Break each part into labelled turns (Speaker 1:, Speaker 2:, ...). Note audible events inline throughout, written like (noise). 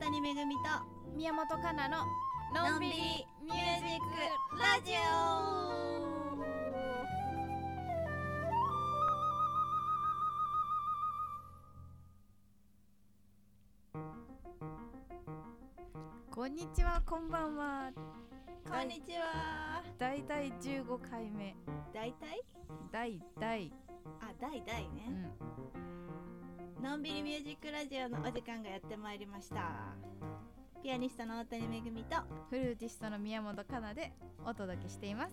Speaker 1: 谷めぐみと
Speaker 2: 宮本かなののんびりミュージックラジオこんにちはこんばんは
Speaker 1: こんにちは
Speaker 2: だいたい15回目
Speaker 1: 大体
Speaker 2: だいたい
Speaker 1: あ大体
Speaker 2: う
Speaker 1: ね、
Speaker 2: ん
Speaker 1: のんびりミュージックラジオのお時間がやってまいりましたピアニストの大谷めぐみとは
Speaker 2: フルーティストの宮本かなでお届けしています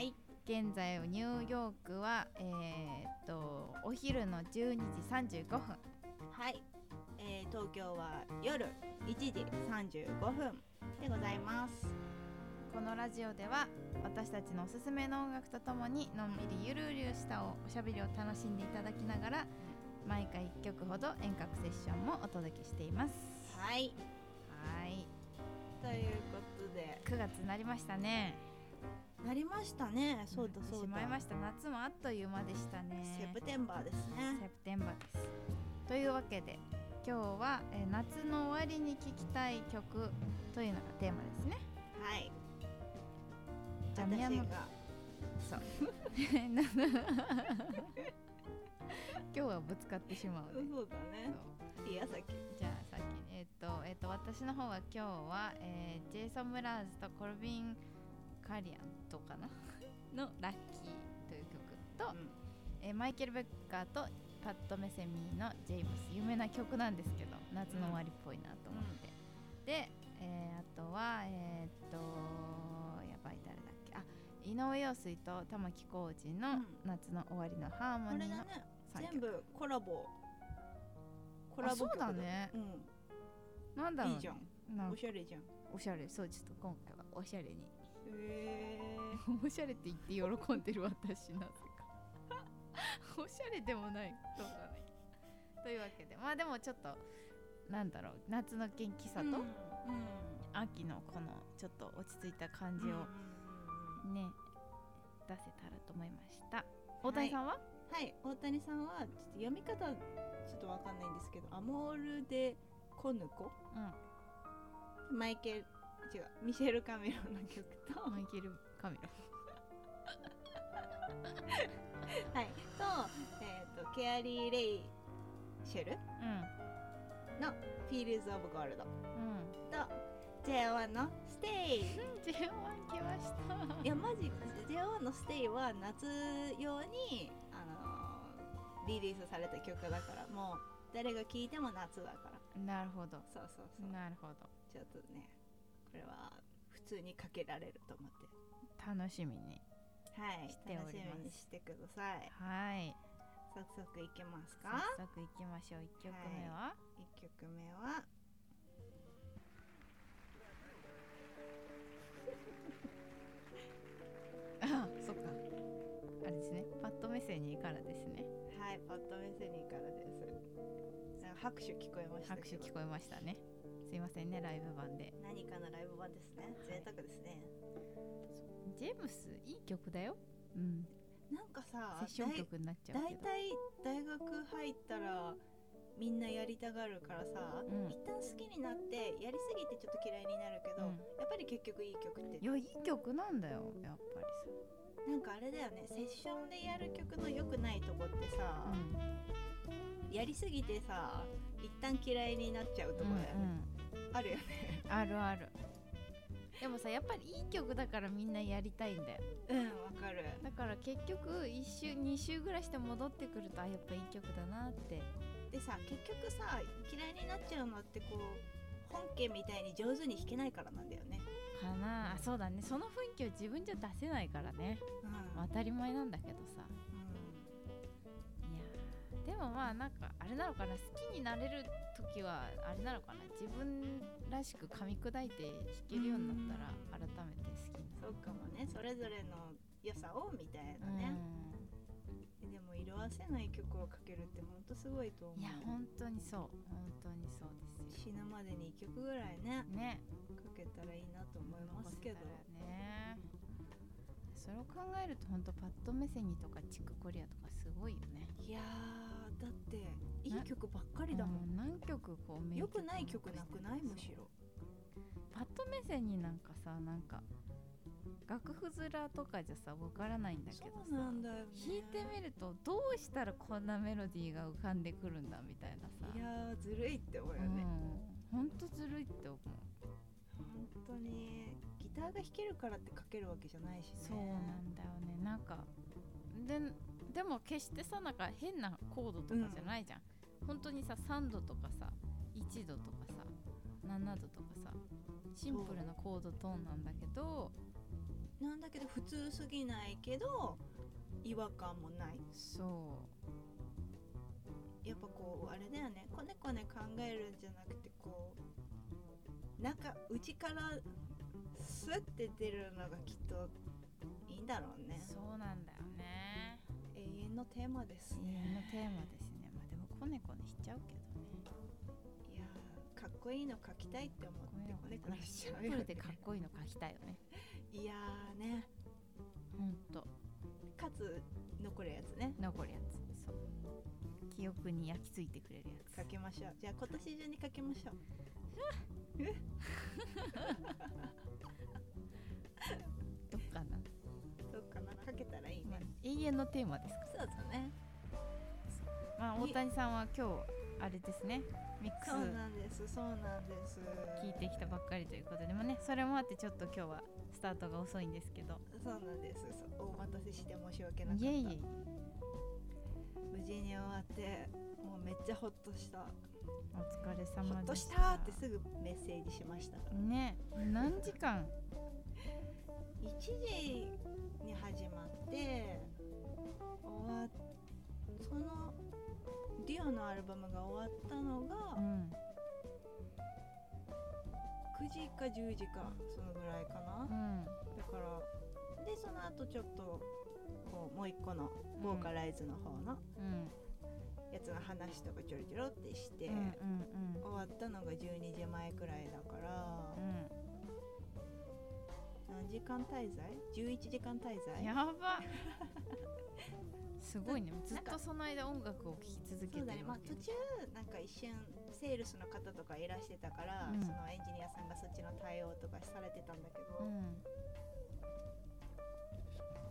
Speaker 1: い
Speaker 2: 現在ニューヨークはえーっとお昼の12時35分
Speaker 1: はい、えー、東京は夜1時35分でございます
Speaker 2: このラジオでは私たちのおすすめの音楽とともにのんびりゆるゆるしたおおしゃべりを楽しんでいただきながら毎回1曲ほど遠隔セッションもお届けしていますは
Speaker 1: はい
Speaker 2: い
Speaker 1: ということで
Speaker 2: 9月になりましたね
Speaker 1: なりましたねそうだ
Speaker 2: なって
Speaker 1: そうだ
Speaker 2: しまいました夏もあっという間でしたね
Speaker 1: セプテンバーですね
Speaker 2: セプテンバーですというわけで今日は、えー夏の終わりに聴きたい曲というのがテーマですね
Speaker 1: はい
Speaker 2: じゃあ
Speaker 1: 私
Speaker 2: 宮本
Speaker 1: が
Speaker 2: そう今
Speaker 1: (laughs)
Speaker 2: (laughs) 日はぶつかってしまうね
Speaker 1: そうだねいいやさっき
Speaker 2: じゃあさっきえっ、とえっ、と私の方は今日は、えージェイソン・ムラーズとコルビン・カリアンとかなの「ラッキー」という曲
Speaker 1: う
Speaker 2: と、
Speaker 1: ん
Speaker 2: えーマイケル・ベッカーとパッド・メセミーの「ジェイムス」有名な曲なんですけど夏の終わりっぽいなと思って、で、えーあとはえーっとやばい誰だっけあ井上陽水と玉置浩二
Speaker 1: う
Speaker 2: の
Speaker 1: ん
Speaker 2: 「夏の終わりのハーモ
Speaker 1: こ
Speaker 2: ニ
Speaker 1: れ
Speaker 2: ー」の
Speaker 1: がね
Speaker 2: 三曲
Speaker 1: 全部コラボコラボ曲
Speaker 2: あそうだね
Speaker 1: うん
Speaker 2: なんだろう、ね、
Speaker 1: いいじゃん
Speaker 2: なん
Speaker 1: お
Speaker 2: か
Speaker 1: しゃれじゃん
Speaker 2: おしゃれそうちょっと今回はおしゃれに (laughs)
Speaker 1: へー
Speaker 2: おしゃれって言って喜んでる私なぜか (laughs) おしゃれでもないどうだねというわけでまあでもちょっとなんだろう夏の元気さと、
Speaker 1: うんうん
Speaker 2: 秋のこのちょっと落ち着いた感じ
Speaker 1: うん
Speaker 2: をね、出せたらと思いました大谷さんは、
Speaker 1: はい大谷さんはちょっと読み方ちょっとわかんないんですけどアモール・デ・コヌコマイケル違うミシェル・カメロンの曲
Speaker 2: (laughs)
Speaker 1: と
Speaker 2: うんマイケルカメラ
Speaker 1: はい、と,、えー、とケアリー・レイシェル「フィールズ・オブ・ゴールド
Speaker 2: うんうん」
Speaker 1: と JO1 の「ステイ」
Speaker 2: J1 来ました
Speaker 1: いやマジ JO1 の「ステイ」は夏用に、あのーリリースされた曲だからもう誰が聴いても夏だから
Speaker 2: なるほど
Speaker 1: そうそうそう
Speaker 2: なるほど
Speaker 1: ちょっとねこれは普通にかけられると思って
Speaker 2: 楽しみに
Speaker 1: はい
Speaker 2: しており
Speaker 1: 楽
Speaker 2: ます
Speaker 1: しみにしてください
Speaker 2: はい
Speaker 1: 早速いけますか
Speaker 2: 早速いきましょう1曲目は、
Speaker 1: 1曲目は
Speaker 2: あ (laughs) そっかあれですねパッド目線にからですね
Speaker 1: はい、パッドメセニーからです。なんか拍手聞こえました
Speaker 2: 拍手
Speaker 1: けど。
Speaker 2: 聞こえましたねすいませんねライブ版で
Speaker 1: 何かのライブ版ですね。贅沢ですね。
Speaker 2: ジェームスいい曲だようん
Speaker 1: なんか
Speaker 2: セ
Speaker 1: さ
Speaker 2: ッ、ション曲になっちゃう
Speaker 1: だ
Speaker 2: け
Speaker 1: い
Speaker 2: ど
Speaker 1: たい大学入ったらみんなやりたがるからさ、
Speaker 2: うん
Speaker 1: 一旦好きになってやりすぎてちょっと嫌いになるけど、
Speaker 2: うん
Speaker 1: やっぱり結局いい曲って
Speaker 2: いやいい曲なんだよやっぱりさ
Speaker 1: なんかあれだよね。セッションでやる曲の良くないとこってさ、
Speaker 2: うん
Speaker 1: やりすぎてさ、一旦嫌いになっちゃうとこだよ
Speaker 2: う
Speaker 1: ね。
Speaker 2: ん
Speaker 1: あるよね。
Speaker 2: うんあるあるでもさやっぱりいい曲だからみんなやりたいんだよ
Speaker 1: うん、わかる。
Speaker 2: だから結局1週2週ぐらいして戻ってくるとあやっぱいい曲だなって
Speaker 1: でさ結局さ嫌いになっちゃうのってこう本家みたいに上手に弾けないからなんだよね、
Speaker 2: かなあそうだねその雰囲気を自分じゃ出せないからね
Speaker 1: うん
Speaker 2: まあ当たり前なんだけどさいやーでもまあなんかあれなのかな好きになれる時はあれなのかな自分らしく噛み砕いて弾けるようになったら改めて好きに
Speaker 1: そ
Speaker 2: な
Speaker 1: うかもねそれぞれの良さをみたいな
Speaker 2: る
Speaker 1: ね、でも色あせない曲をかけるってほんとすごいと
Speaker 2: うん
Speaker 1: 思
Speaker 2: いや本当にそう本当にそう
Speaker 1: う
Speaker 2: です
Speaker 1: 死
Speaker 2: よ
Speaker 1: ぬまでに1曲ぐらいね
Speaker 2: ね
Speaker 1: かけたらいいなと思いますけど
Speaker 2: 残せたらねそれを考えると本当パッドメセニとかチックコリアとかすごいよね
Speaker 1: いやーだっていいい曲ばっかりだもん、
Speaker 2: う何曲こう名曲
Speaker 1: よくない曲なくないむしろ
Speaker 2: パッと目線になんかさなんか楽譜面とかじゃさわからないんだけ
Speaker 1: そ
Speaker 2: どさ
Speaker 1: うなんだよ、ね、
Speaker 2: 弾いてみるとどうしたらこんなメロディーが浮かんでくるんだみたいなさ
Speaker 1: いやーずるいって思う
Speaker 2: う
Speaker 1: よ
Speaker 2: ん
Speaker 1: ね、
Speaker 2: ほんとずるいって思う
Speaker 1: 本当にギターが弾けるからって書けるわけじゃないしね
Speaker 2: そうなんだよねなんかででも決してさなんか変なコードとかじゃないじゃん、本当にさ3度とかさ1度とかさ7度とかさシンプルなコードトーンなんだけど
Speaker 1: なんだけど普通すぎないけど違和感もない
Speaker 2: そ
Speaker 1: やっぱこうあれだよねこねこね考えるんじゃなくてこう中内からスッて出るのがきっといいんだろう
Speaker 2: う、
Speaker 1: ね
Speaker 2: そうなんだよね
Speaker 1: 永遠のテーマです
Speaker 2: 永遠の
Speaker 1: ね
Speaker 2: テーマですねまあでもコネコネしちゃうけどね
Speaker 1: いやーかっこいいの描きたいって思
Speaker 2: コネコ
Speaker 1: って
Speaker 2: ネ
Speaker 1: ねこねし
Speaker 2: シ
Speaker 1: ち
Speaker 2: ン
Speaker 1: ゃう
Speaker 2: プ
Speaker 1: よね
Speaker 2: ルでかっこいいの書きたいよね
Speaker 1: いやーね
Speaker 2: ほんと
Speaker 1: かつ残るやつね
Speaker 2: 残るやつそう記憶に焼き付いてくれるやつ
Speaker 1: かけましょうじゃあ今年中にかけましょう
Speaker 2: どっかな、
Speaker 1: どうかなかけたらいい
Speaker 2: まあ
Speaker 1: ね、
Speaker 2: 永遠のテーマですか
Speaker 1: そうだね
Speaker 2: まあ、
Speaker 1: い
Speaker 2: 大谷さんは今日あれですねミックス
Speaker 1: そうなんですそうなんです
Speaker 2: 聞いてきたばっかりということでもねそれもあってちょっと今日はスタートが遅いんですけど
Speaker 1: そうなんですそうお待たせして申し訳なかった
Speaker 2: いえいえ
Speaker 1: 無事に終わってもうめっちゃホッとした
Speaker 2: お疲れ
Speaker 1: ホ
Speaker 2: 様
Speaker 1: ッ
Speaker 2: で
Speaker 1: と
Speaker 2: し
Speaker 1: したたってすぐメッセージしましたから
Speaker 2: ね何時間
Speaker 1: 1時に始まって終わっそのディオのアルバムが終わったの
Speaker 2: う
Speaker 1: が
Speaker 2: ん
Speaker 1: 9時か10時かそのぐらいかな
Speaker 2: うん
Speaker 1: だからでその後ちょっとこうもう一個のボーカライズの方の
Speaker 2: うん
Speaker 1: やつの話とかちょろちょろってして、
Speaker 2: うんうん
Speaker 1: 終わったのが12時前くらいだから
Speaker 2: う、ん
Speaker 1: 何時間滞在 ?11 時間滞
Speaker 2: うん
Speaker 1: 在
Speaker 2: や
Speaker 1: (laughs)
Speaker 2: ばすごいねずっとその間音楽を聴き続け
Speaker 1: そうだ
Speaker 2: て
Speaker 1: ね
Speaker 2: る
Speaker 1: まあ
Speaker 2: わけ
Speaker 1: 途中なんか一瞬セールスの方とかいらしてたから、
Speaker 2: うん
Speaker 1: そのエンジニアさんがそっちの対応とかされてたんだけ
Speaker 2: う
Speaker 1: ど、
Speaker 2: ん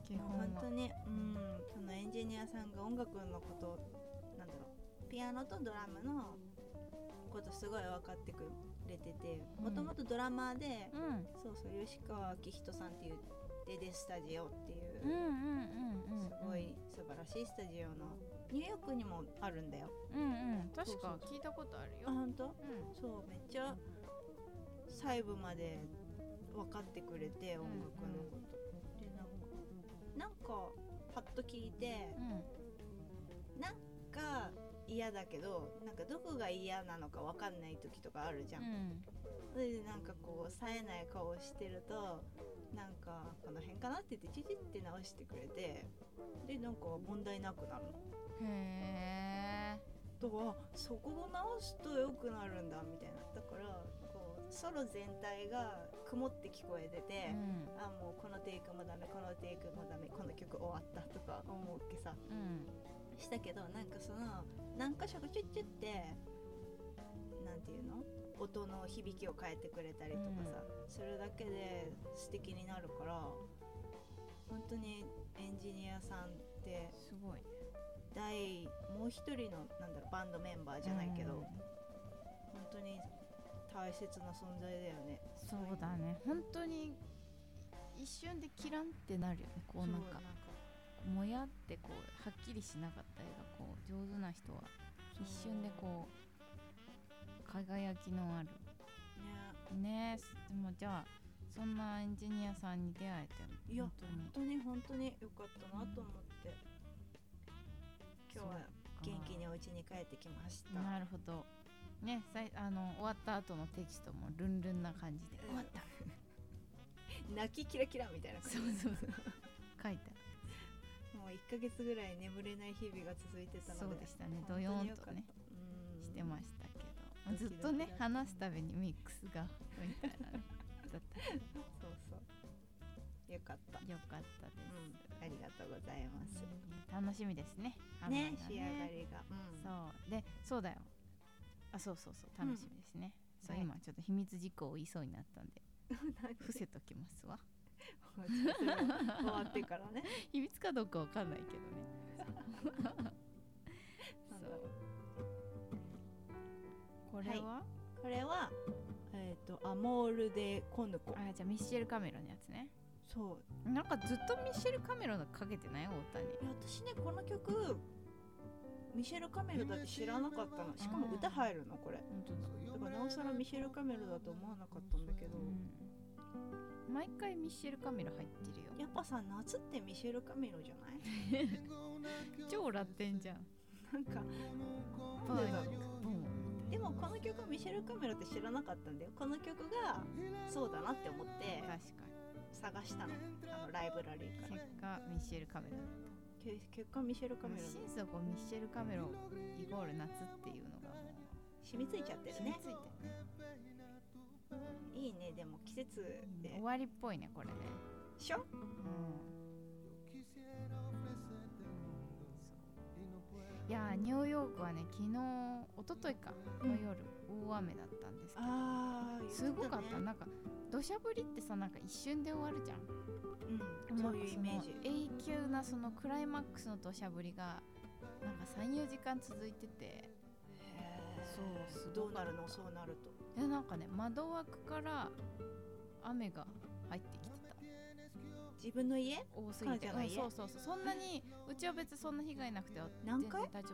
Speaker 2: 基本
Speaker 1: 本
Speaker 2: は
Speaker 1: 当に、うん、そのエンジニアさんが音楽のことなんだろうピアノとドラムのことすごい分かってくれてて
Speaker 2: うん
Speaker 1: もともとドラマーで、
Speaker 2: うん
Speaker 1: そうそう吉川明人さんっていうデデスタジオっていうう、
Speaker 2: んうんうんうん
Speaker 1: すごい素晴らしいスタジオのニューヨークにもあるんだよ
Speaker 2: うんうん確
Speaker 1: そ
Speaker 2: か
Speaker 1: うそう
Speaker 2: 聞いたことある
Speaker 1: あ
Speaker 2: よ
Speaker 1: 本当
Speaker 2: うん
Speaker 1: そうめっちゃ細部まで分かってくれて音楽のこと、でなんかなんかパッと聞いて
Speaker 2: う
Speaker 1: なんか嫌だけどなんかどこが嫌なのか分かんない時とかあるじゃん、
Speaker 2: ん
Speaker 1: それでなんかこう冴えない顔をしてるとなんかこの辺かなって言ってチチって直してくれてでなんか問題なくなるの。
Speaker 2: うん、へえ
Speaker 1: とはそこを直すと良くなるんだみたいなだからこうソロ全体が曇って聞こえてて、あもうこのテイクもダメこのテイクもダメこの曲終わったとか思うっけさ
Speaker 2: うん
Speaker 1: したけどなんかその何箇所かチュッチュってなんていうの音の響きを変えてくれたりとかさ、するだけで素敵になるから本当にエンジニアさんって
Speaker 2: すごいね
Speaker 1: 第もう一人のなんだろうバンドメンバーじゃないけど、
Speaker 2: うん
Speaker 1: 本当に大切な存在だよね
Speaker 2: そうだね本当に一瞬でキランってなるよねこうなんかもやってこうはっきりしなかった絵がこう上手な人は
Speaker 1: そう
Speaker 2: 一瞬でこう輝きのある
Speaker 1: ね
Speaker 2: ねえでもじゃあそんなエンジニアさんに出会え
Speaker 1: い
Speaker 2: て
Speaker 1: や
Speaker 2: 本当に
Speaker 1: 本当に本当に良かったなと思って今日は
Speaker 2: そう
Speaker 1: 元気にお家に帰ってきました
Speaker 2: なるほど。ね、さいあの終わった後のテキストもルンルンな感じで
Speaker 1: うん
Speaker 2: 終わった。
Speaker 1: 泣きキラキラみたいな感じ
Speaker 2: そうそうそう。書いて
Speaker 1: もう1ヶ月ぐらい眠れない日々が続いて
Speaker 2: あ
Speaker 1: たの
Speaker 2: る。
Speaker 1: で
Speaker 2: そうでしたね。
Speaker 1: 本当
Speaker 2: ド
Speaker 1: に良
Speaker 2: ヨーン
Speaker 1: かった
Speaker 2: とね
Speaker 1: うん
Speaker 2: してました
Speaker 1: ド
Speaker 2: けど、
Speaker 1: キド
Speaker 2: ず
Speaker 1: キ
Speaker 2: っとね
Speaker 1: だった
Speaker 2: 話すたびにミックスがみたいなね。だった。
Speaker 1: そうそうよかった、
Speaker 2: よかったです、
Speaker 1: うん、ありがとうございます、
Speaker 2: 楽しみですね
Speaker 1: ね
Speaker 2: 花が
Speaker 1: 仕上がりが、うん、
Speaker 2: そうでそうだよあそうそうそう
Speaker 1: うん
Speaker 2: 楽しみですね、そう
Speaker 1: はい
Speaker 2: 今ちょっと秘密事項を言いそうになったんで
Speaker 1: (laughs) なんで
Speaker 2: 伏せときますわ
Speaker 1: 終わってからね
Speaker 2: 秘密かどうかわかんないけどね
Speaker 1: なんだ
Speaker 2: (laughs) そ
Speaker 1: ろ
Speaker 2: う
Speaker 1: う
Speaker 2: これは、
Speaker 1: これはえっ、とアモールでコヌコ
Speaker 2: あじゃあミッシェル・カメロのやつね
Speaker 1: そう
Speaker 2: なんかずっとミッシェル・カメロのかけてない大谷
Speaker 1: いや私ねこの曲ミシェル・カメロだって知らなかったのしかも歌入るのこれ
Speaker 2: 本当だ、
Speaker 1: だからなおさらミシェル・カメロだと思わなかったんだけど
Speaker 2: うん、毎回ミッシェル・カメロ入ってるよ
Speaker 1: (laughs) やっぱさ夏ってミシェル・カメロじゃない (laughs)
Speaker 2: 超ラテンじゃん
Speaker 1: なんか
Speaker 2: ボ
Speaker 1: なん
Speaker 2: ン
Speaker 1: でだろ
Speaker 2: ボン
Speaker 1: でもこの曲ミシェル・カメロって知らなかったんだよこの曲がそうだなって思って
Speaker 2: 確か
Speaker 1: 探したのあのライブラリーか
Speaker 2: に
Speaker 1: ら
Speaker 2: 結果ミッシェル・カメロ
Speaker 1: け結果ミシェル・カメロ
Speaker 2: 心底ミッシェル・カメロイコール夏っていうのがも
Speaker 1: 染みついちゃっ
Speaker 2: う
Speaker 1: てる
Speaker 2: 染み
Speaker 1: ね
Speaker 2: ついてるね
Speaker 1: いいねでも季節で
Speaker 2: 終わりっぽいねこれね
Speaker 1: しょ
Speaker 2: いやーニューヨークはね昨日一昨日かの夜、大雨だったんですけど
Speaker 1: あー
Speaker 2: すごかった、
Speaker 1: 言
Speaker 2: なんか土砂降りってさなんか一瞬で終わるじゃん
Speaker 1: てたねうん、そういうイメージ
Speaker 2: なんかその永久なそのクライマックスの土砂降りがなんか34時間続いてて
Speaker 1: へー
Speaker 2: そうす
Speaker 1: ど
Speaker 2: ご
Speaker 1: う
Speaker 2: か
Speaker 1: な
Speaker 2: った
Speaker 1: るのそうなると
Speaker 2: でなんかね窓枠から雨が入ってきてた
Speaker 1: 自分の家
Speaker 2: 多すぎて、
Speaker 1: 彼女の
Speaker 2: うん
Speaker 1: 家
Speaker 2: そうそうそうそんなにうちは別にそんな被害なくて
Speaker 1: 何階
Speaker 2: 全然大丈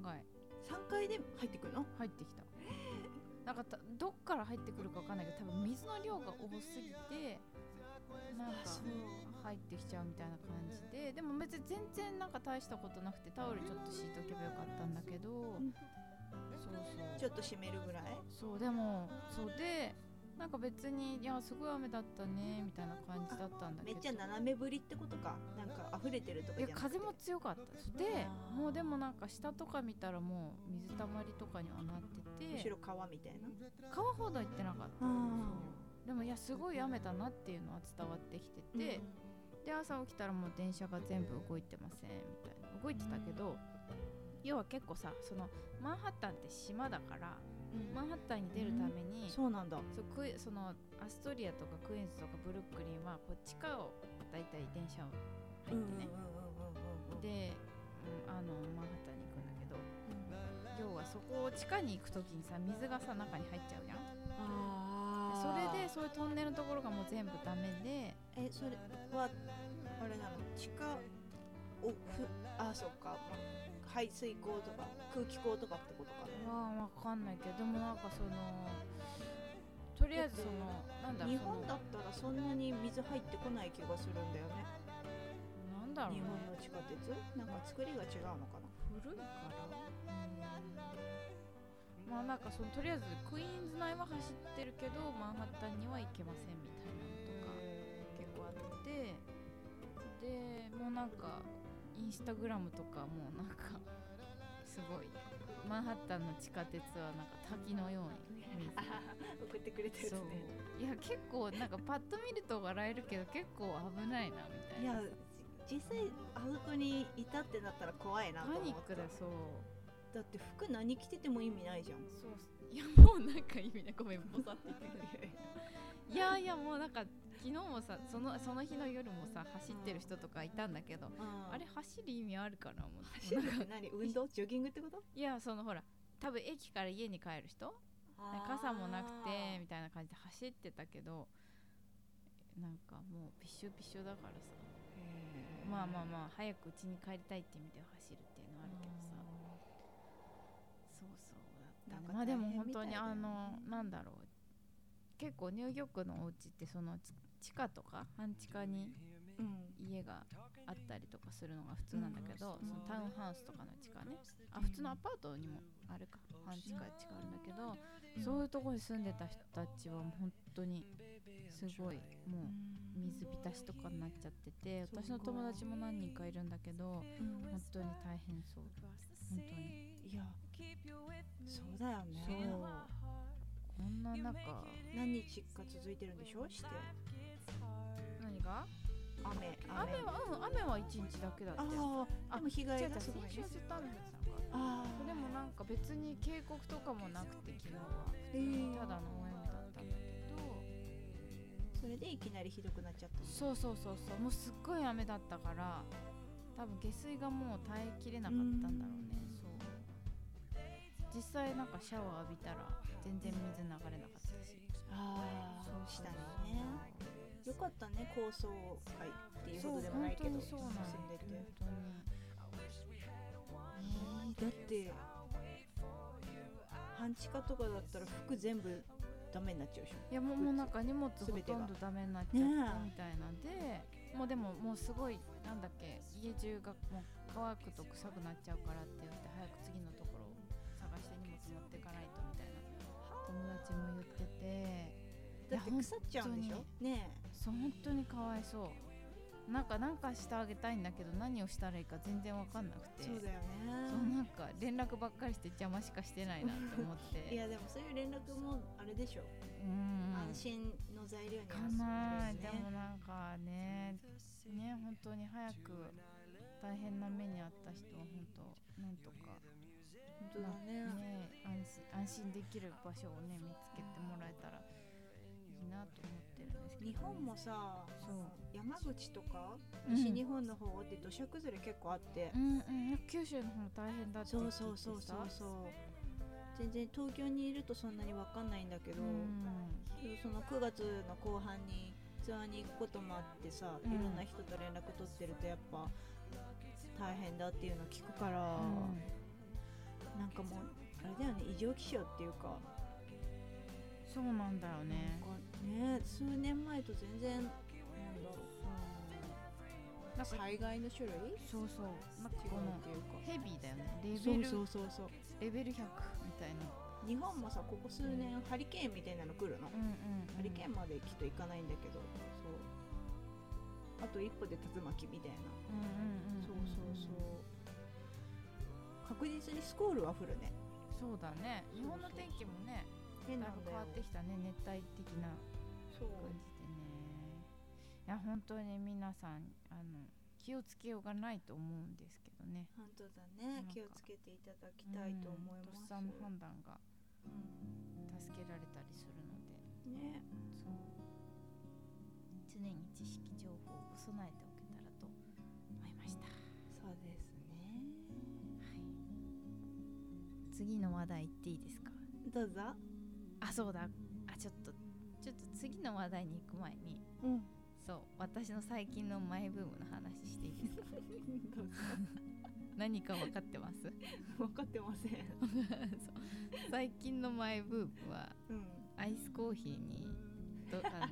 Speaker 2: 夫だった3階
Speaker 1: 3階で入ってくるの
Speaker 2: 入ってきたなんかたどっから入ってくるかわかんないけど多分水の量が多すぎてなんか
Speaker 1: あそう
Speaker 2: 入ってきちゃうみたいな感じででも別に全然なんか大したことなくてタオルちょっと敷いておけばよかったんだけど、
Speaker 1: ん
Speaker 2: そうそう
Speaker 1: ちょっと閉めるぐらい
Speaker 2: そうでもそうでなんか別にいやすごい雨だったねみたいな感じだったんだ
Speaker 1: め
Speaker 2: け
Speaker 1: っ
Speaker 2: ど
Speaker 1: ちゃ斜めぶりってことかなんか溢れてるとか
Speaker 2: い
Speaker 1: じゃ
Speaker 2: や
Speaker 1: なくて
Speaker 2: 風も強かったですで
Speaker 1: あー
Speaker 2: もうでもなんか下とか見たらもう水たまりとかにはなって
Speaker 1: む
Speaker 2: て
Speaker 1: しろ川みたいな
Speaker 2: 川ほど行ってなかった
Speaker 1: あー
Speaker 2: そうでもいやすごい雨だなっていうのは伝わってきてて、で朝起きたらもう電車が全部動いてませんみたいな動いてたけど要は結構さそのマンハッタンって島だから
Speaker 1: うん
Speaker 2: マンハッタンに出るために、
Speaker 1: そうなんだ
Speaker 2: そうクイそのアストリアとかクイーンズとかブルックリンはこう地下をだいたい電車を入ってね、で、うん、あのマンハッタンに行くんだけど要はそこを地下に行く時にさ水がさ中に入っちゃうじゃんでそ
Speaker 1: あ
Speaker 2: れでそういうトンネルのところがもう全部ダメで
Speaker 1: それでえそれはあれなの地下をふあそっか、まあ排水口とか空気口とかってことか
Speaker 2: わあわかんないけどでもなんかそのとりあえずそのなんだ
Speaker 1: な日
Speaker 2: ろうその
Speaker 1: 本だったらそんなに水入ってこない気がするんだよね
Speaker 2: なんだろう
Speaker 1: 日
Speaker 2: ね
Speaker 1: 本の地下鉄なんか作りが違うのかな
Speaker 2: 古いからまあなんかそのとりあえずクイーンズ内は走ってるけどマンハッタンには行けませんみたいなのとか結構あってでもうなんかインスタグラムとかもうなんかすごいマンハッタンの地下鉄はなんか滝のように水
Speaker 1: あー送ってくれてる
Speaker 2: そう
Speaker 1: ね
Speaker 2: いや結構なんかパッと見ると笑えるけど結構危ないなみたい
Speaker 1: いや
Speaker 2: な
Speaker 1: 実際あそこにいたってなったら怖いな
Speaker 2: パ
Speaker 1: と思った
Speaker 2: ニックだそう
Speaker 1: だって服何着てても意味ないじゃん
Speaker 2: そういやもうなんか意味ないごめんボサって言ってくれいやいやもうなんか昨日もさそのその日の夜もさ走ってる人とかいたんだけど、あれ走る意味あるかなもう
Speaker 1: 走るって何運動ジョギングってこと
Speaker 2: いやそのほら多分駅から家に帰る人傘もなくてみたいな感じで走ってたけどなんかもうびしょびしょだからさまあまあまあ早く家に帰りたいって意味では走るっていうのはあるけどさ、そうそうだった
Speaker 1: な
Speaker 2: ね
Speaker 1: んか
Speaker 2: まあでも
Speaker 1: 大変
Speaker 2: 本
Speaker 1: みた
Speaker 2: 当
Speaker 1: い
Speaker 2: に
Speaker 1: だよね
Speaker 2: あのなんだろう結構ニューヨークのお家ってその地地下とか半地下に
Speaker 1: うん
Speaker 2: 家があったりとかするのが普通なんだけど、
Speaker 1: うん
Speaker 2: そのタウンハウスとかの地下ねあ普通のアパートにもあるか半地下地下あるんだけど、そういうとこに住んでた人たちはもう本当にすごいもう水浸しとかになっちゃってて
Speaker 1: そうか
Speaker 2: 私の友達も何人かいるんだけど
Speaker 1: うん
Speaker 2: 本当に大変そう本当
Speaker 1: い
Speaker 2: に。
Speaker 1: やそうだよね
Speaker 2: そうこんな中
Speaker 1: 何日か続いてるんでしょして
Speaker 2: 何が
Speaker 1: 雨雨
Speaker 2: 雨はうん雨は一日だけだって
Speaker 1: ああ
Speaker 2: あ
Speaker 1: でも被
Speaker 2: 違う
Speaker 1: 害
Speaker 2: 違う
Speaker 1: がすごい
Speaker 2: 先週
Speaker 1: ね
Speaker 2: はずっと雨降ってたのか
Speaker 1: ああ
Speaker 2: でもなんか別に警告とかもなくて昨日は
Speaker 1: えー
Speaker 2: ただの大雨だったんだけど
Speaker 1: それでいきなりひどくなっちゃった
Speaker 2: そうそうそうそうもうすっごい雨だったから多分下水がもう耐えきれなかったんだろうね
Speaker 1: うん
Speaker 2: そう実際なんかシャワー浴びたら全然水流れなかったし
Speaker 1: あ
Speaker 2: そう
Speaker 1: したねよかったね高層階っていうほどでもないけど
Speaker 2: そ
Speaker 1: 進ん
Speaker 2: う本
Speaker 1: で
Speaker 2: 当にそう
Speaker 1: て、
Speaker 2: なん本
Speaker 1: えーだって半地下とかだったら服全部ダメになっちゃうでしょ
Speaker 2: 当にいやもうもうなんか荷物ほとん
Speaker 1: 全て
Speaker 2: ど
Speaker 1: が
Speaker 2: ダメになっちゃったみたいなんで、もうでももうすごいなんだっけ家中がもう乾くと臭くなっちゃうからって言って早く次のところを探して荷物持ってかないとみたいな友達も言ってて。
Speaker 1: だって
Speaker 2: いや
Speaker 1: 腐っちゃうんでし
Speaker 2: 本
Speaker 1: ょねえ
Speaker 2: そう本当にかわいそうなんかなんかしてあげたいんだけど何をしたらいいか全然わかんなくて
Speaker 1: そうだよ
Speaker 2: そう
Speaker 1: ね
Speaker 2: なんか連絡ばっかりして邪魔しかしてないなって思って
Speaker 1: (laughs) いやでもそういう連絡もあれでしょ、
Speaker 2: うん
Speaker 1: 安心の材料に
Speaker 2: か
Speaker 1: なる
Speaker 2: ない
Speaker 1: ん
Speaker 2: でもなんかねね本当に早く大変な目に遭った人は本当なんとか
Speaker 1: 本当だね
Speaker 2: ね安心安心できる場所をね見つけてもらえたらいいなと思ってるんですけど
Speaker 1: 日本もさ
Speaker 2: そう
Speaker 1: 山口とか
Speaker 2: うん
Speaker 1: 西日本の方って土砂崩れ結構あって、
Speaker 2: うんうん、九州の方も大変だって聞
Speaker 1: そ
Speaker 2: いて
Speaker 1: う
Speaker 2: さ
Speaker 1: そうそうそうそう全然東京にいるとそんなに分かんないんだけど、
Speaker 2: う
Speaker 1: でもその9月の後半にツアーに行くこともあってさ、
Speaker 2: うん
Speaker 1: いろんな人と連絡取ってるとやっぱ大変だっていうの聞くから、
Speaker 2: ん
Speaker 1: なんかもうあれだよね異常気象っていうか
Speaker 2: そうなんだよ
Speaker 1: なん
Speaker 2: ね
Speaker 1: かね数年前と全然なんだろう、
Speaker 2: なんか
Speaker 1: 災害の種類
Speaker 2: そうそうなんか
Speaker 1: 違
Speaker 2: こ
Speaker 1: う
Speaker 2: の
Speaker 1: っていうか。
Speaker 2: ヘビーだよねレ
Speaker 1: そ
Speaker 2: ベ
Speaker 1: う
Speaker 2: ル
Speaker 1: そうそうそう
Speaker 2: レベル100みたいな
Speaker 1: 日本もさここ数年ハリケーンみたいなの来るの、
Speaker 2: うんうん、
Speaker 1: ハリケーンまできっと行かないんだけどそうあと一歩で竜巻みたいな
Speaker 2: うんうんうん
Speaker 1: そうそうそう確実にスコールは降るね
Speaker 2: そうだね日本の天気もね
Speaker 1: 変
Speaker 2: だいぶ変わってきたね熱帯的な
Speaker 1: そう
Speaker 2: 感じでねいや本当に皆さんあの気をつけようがないと思うんですけどね
Speaker 1: 本当だ
Speaker 2: な
Speaker 1: ね
Speaker 2: んか
Speaker 1: 気をつけていただきたいと思います
Speaker 2: うんとっさの判断が
Speaker 1: うん
Speaker 2: 助けられたりするので
Speaker 1: ね
Speaker 2: そう常に知識情報を備えておけたらと思いました、
Speaker 1: そうですね
Speaker 2: はい、次の話題いっていいですか
Speaker 1: どうぞ
Speaker 2: あそうだあちょっとちょっと次の話題に行く前に
Speaker 1: (laughs) うん
Speaker 2: そう私の最近のマイブームの話していい (laughs) ですか
Speaker 1: どうぞ
Speaker 2: 何か分かってます (laughs) そ
Speaker 1: 分
Speaker 2: う
Speaker 1: かってません
Speaker 2: 最近のマイブームは
Speaker 1: うん
Speaker 2: アイスコーヒーにどあ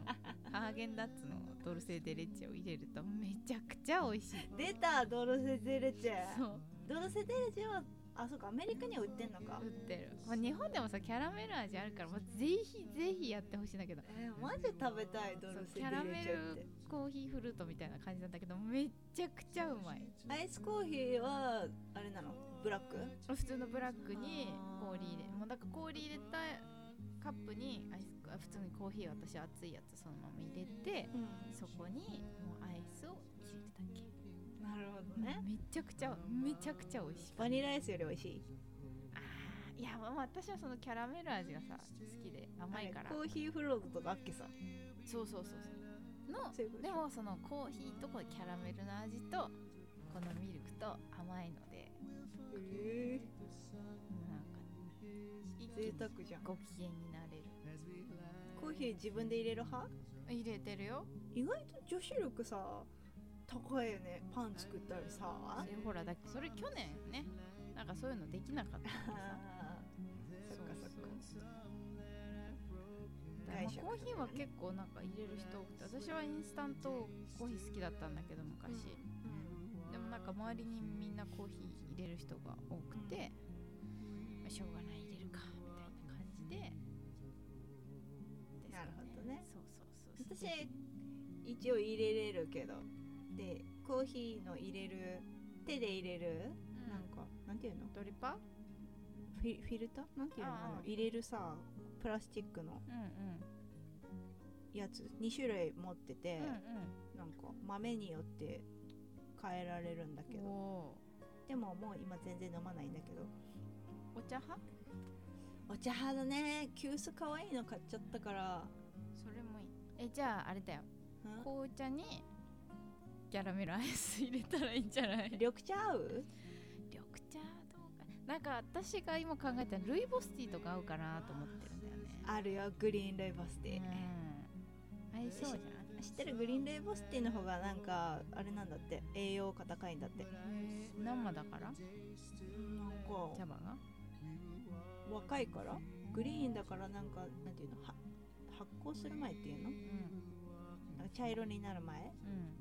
Speaker 2: のハーゲンダッツのドルセデレッチェを入れるとめちゃくちゃ美味しい
Speaker 1: 出たドルセデレチェ
Speaker 2: そう
Speaker 1: ドルセデレチェはあそうかアメリカには売ってんのか
Speaker 2: 売ってる、まあ、日本でもさキャラメル味あるから、まあ、ぜひぜひやってほしいんだけど
Speaker 1: えーマジ食べたいド
Speaker 2: そう
Speaker 1: ルセ
Speaker 2: キ
Speaker 1: デ
Speaker 2: ャ
Speaker 1: レ
Speaker 2: ラ
Speaker 1: チ
Speaker 2: メ
Speaker 1: ェって
Speaker 2: ルコーヒーフルートみたいな感じなんだけどめちゃくちゃうまい
Speaker 1: アイスコーヒーはあれなのブラック
Speaker 2: 普通のブラックに氷入れもうなんか氷入れたカップにアイスあ普通にコーヒー私熱いやつそのまま入れて
Speaker 1: うん
Speaker 2: そこにもうアイスを入れただけ
Speaker 1: なるほどね
Speaker 2: めちゃくちゃめちゃくちゃ美味しい
Speaker 1: バニラアイスより美味しい
Speaker 2: あーいやまあ私はそのキャラメル味がさ好きで甘いから
Speaker 1: コーヒーフローズとかあっけさ
Speaker 2: そうそうそうそうの
Speaker 1: そういうこと
Speaker 2: でもそのコーヒーとこうキャラメルの味とこのミルクと甘いので
Speaker 1: えー、贅沢
Speaker 2: なんか一気に
Speaker 1: じゃん
Speaker 2: ご機嫌になれる
Speaker 1: コーヒー自分で入れる派
Speaker 2: 入れてるよ
Speaker 1: 意外と女子力さ高いよねパン作ったりさ
Speaker 2: それほらだってそれ去年ねなんかそういうのできなかったか
Speaker 1: あ
Speaker 2: ら
Speaker 1: ー (laughs) そ
Speaker 2: さ
Speaker 1: っかそっか
Speaker 2: そうだからまあ
Speaker 1: 外食
Speaker 2: コーヒーは結構なんか入れる人多くて私はインスタントコーヒー好きだったんだけど昔、
Speaker 1: うん
Speaker 2: でもなんか周りにみんなコーヒー入れる人が多くて、まあしょうがない入れるかみたいな感じでですか
Speaker 1: なるほどね
Speaker 2: そうそうそう
Speaker 1: 私一応入れれるけどでコーヒーの入れる手で入れる
Speaker 2: うん
Speaker 1: なんかなんていうの
Speaker 2: ドリパ
Speaker 1: フィフィルターなんていうの
Speaker 2: あー
Speaker 1: あの入れるさプラスチックの
Speaker 2: うんうん
Speaker 1: やつ2種類持ってて、なんか豆によって変えられるんだけ
Speaker 2: うんうん
Speaker 1: ど
Speaker 2: お
Speaker 1: でももう今全然飲まないんだけど
Speaker 2: ーお茶派
Speaker 1: お茶派だね急須可愛いの買っちゃったから
Speaker 2: それもいいえじゃああれだ
Speaker 1: ん
Speaker 2: よ紅茶にキャラメルアイス入れたらいいんじゃない
Speaker 1: 緑茶合う
Speaker 2: 緑茶どうかなんか私が今考えたのルイボスティーとか合うかなと思ってるんだよね
Speaker 1: あるよグリーンルイボスティー、
Speaker 2: うん、合いそうじゃん
Speaker 1: 知ってるグリーンルイボスティーの方がなんかあれなんだって栄養価高いんだって
Speaker 2: 生だから
Speaker 1: なん
Speaker 2: 茶
Speaker 1: か
Speaker 2: 葉が
Speaker 1: 若いからグリーンだからなんかなんていうのは発酵する前っていうの
Speaker 2: うん
Speaker 1: なんか茶色になる前の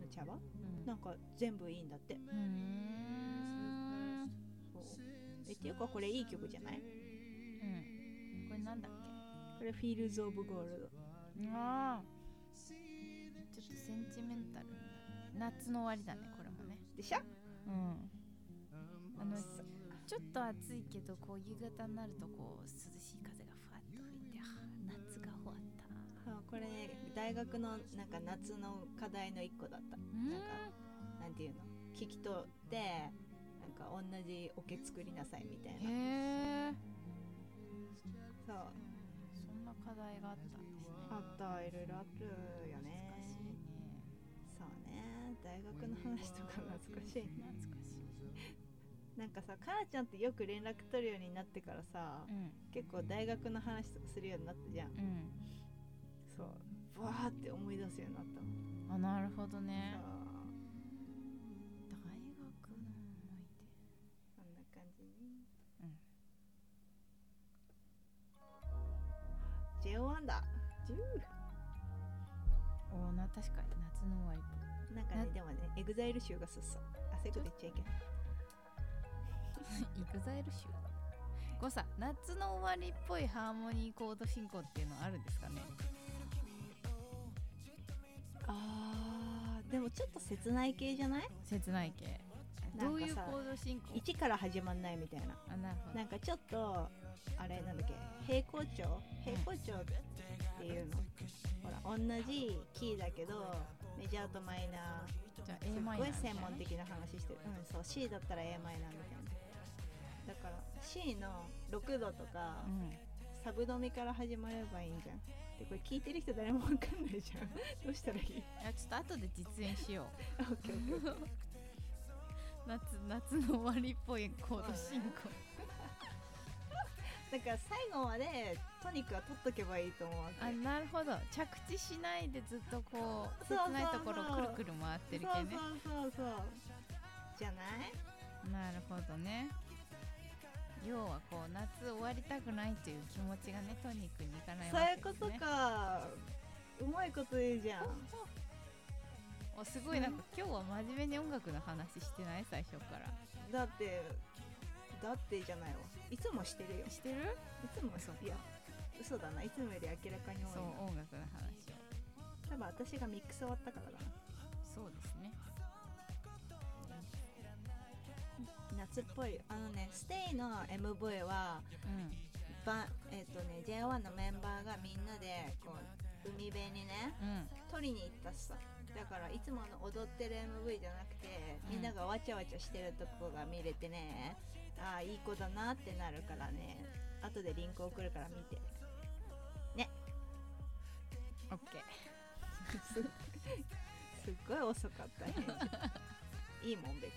Speaker 2: うん
Speaker 1: 茶葉
Speaker 2: うん
Speaker 1: なんか全部いいんだって
Speaker 2: うーん
Speaker 1: そうえっていうかこれいい曲じゃない
Speaker 2: うんこれなんだっ
Speaker 1: これ「フィールズ・オブ・ゴールド
Speaker 2: けあーちょっとセンチメンタルになる夏の終わりだねこれもね」
Speaker 1: でしょ
Speaker 2: うんあのちょっと暑いけどこう夕方になるとこう涼しい風がふわっと吹いてあー夏が終わった
Speaker 1: あこれね大学のなんか夏の課題の一個だった
Speaker 2: なん
Speaker 1: なんていうの聞き取ってなんか同じオケ作りなさいみたいな
Speaker 2: へえ
Speaker 1: そう
Speaker 2: そんな課題があったんですね
Speaker 1: あったいろいろあるよね
Speaker 2: 難しいね
Speaker 1: そうね大学の話とか懐かしいな
Speaker 2: 懐かしい
Speaker 1: なんかさかなちゃんってよく連絡取るようになってからさ
Speaker 2: うん
Speaker 1: 結構大学の話とかするようになったじゃん
Speaker 2: うん
Speaker 1: そうわーって思い出すようになったもん
Speaker 2: あなるほどね
Speaker 1: そう
Speaker 2: 大学の思い出
Speaker 1: そんな感じね
Speaker 2: うん
Speaker 1: JO1 だ
Speaker 2: おーな確かに夏の終わり (laughs)
Speaker 1: なんかね
Speaker 2: な
Speaker 1: でもねエグザイル集がすっそうあそういうこと言っちゃいけない
Speaker 2: イグザイル集こうさ夏の終わりっぽいハーモニーコード進行っていうのはあるんですかね
Speaker 1: あーでもちょっと切ない系じゃない
Speaker 2: 切ない系
Speaker 1: なんかさ
Speaker 2: どういうコード進行
Speaker 1: 1から始まんないみたいな
Speaker 2: あなるほど
Speaker 1: なんかちょっとあれなんだっけ平行調平行調っていうのほら同じキーだけどメジャーとマイナー
Speaker 2: じゃあ
Speaker 1: す
Speaker 2: a
Speaker 1: っ
Speaker 2: マイ
Speaker 1: ご
Speaker 2: ナー
Speaker 1: い
Speaker 2: みたい
Speaker 1: 専
Speaker 2: な
Speaker 1: 門的な話してる、うん、そう C だったら a マイナーみたいなだから C の6度とか
Speaker 2: うん
Speaker 1: サブドミから始まればいいんじゃんでこれ聞いてる人誰もわかんないじゃんどうしたらいい
Speaker 2: (laughs) いやちょっと後で実演しよう
Speaker 1: OK
Speaker 2: 夏夏の終わりっぽいコード進行
Speaker 1: だから最後までトニックは取っとけばいいと思うわけ
Speaker 2: あなるほど着地しないでずっとこう
Speaker 1: そうそ
Speaker 2: 切
Speaker 1: うそう
Speaker 2: ないところをくるくる回ってる系ね
Speaker 1: そうそうそうそうじゃない
Speaker 2: なるほどね要はこう夏終わりたくないという気持ちがねトニックにいかない
Speaker 1: そう
Speaker 2: わ
Speaker 1: いう
Speaker 2: け
Speaker 1: こ
Speaker 2: です
Speaker 1: と
Speaker 2: ね
Speaker 1: かうまいこと言うじゃん
Speaker 2: おすごいなんか今日は真面目に音楽の話してない最初から
Speaker 1: だってだってじゃないわいつもしてるよい
Speaker 2: してる
Speaker 1: つも
Speaker 2: そう
Speaker 1: いや嘘だないつもより明らかに
Speaker 2: そう
Speaker 1: 多
Speaker 2: 音楽の話を
Speaker 1: いな多分私がミックス終わったからだ
Speaker 2: そうですね
Speaker 1: な夏っぽいよあのねステイの MV は
Speaker 2: う
Speaker 1: ばえっ、とね J1 のメンバーがみんなでこう海辺にね
Speaker 2: んうん
Speaker 1: 撮りに行ったしさだからいつもの踊ってる MV じゃなくてみんながわちゃわちゃしてるとこが見れてねああいい子だなってなるからね後でリンク送るから見て (laughs)
Speaker 2: オッケ
Speaker 1: す
Speaker 2: ー
Speaker 1: すっごい遅か (laughs) ったねいいもん別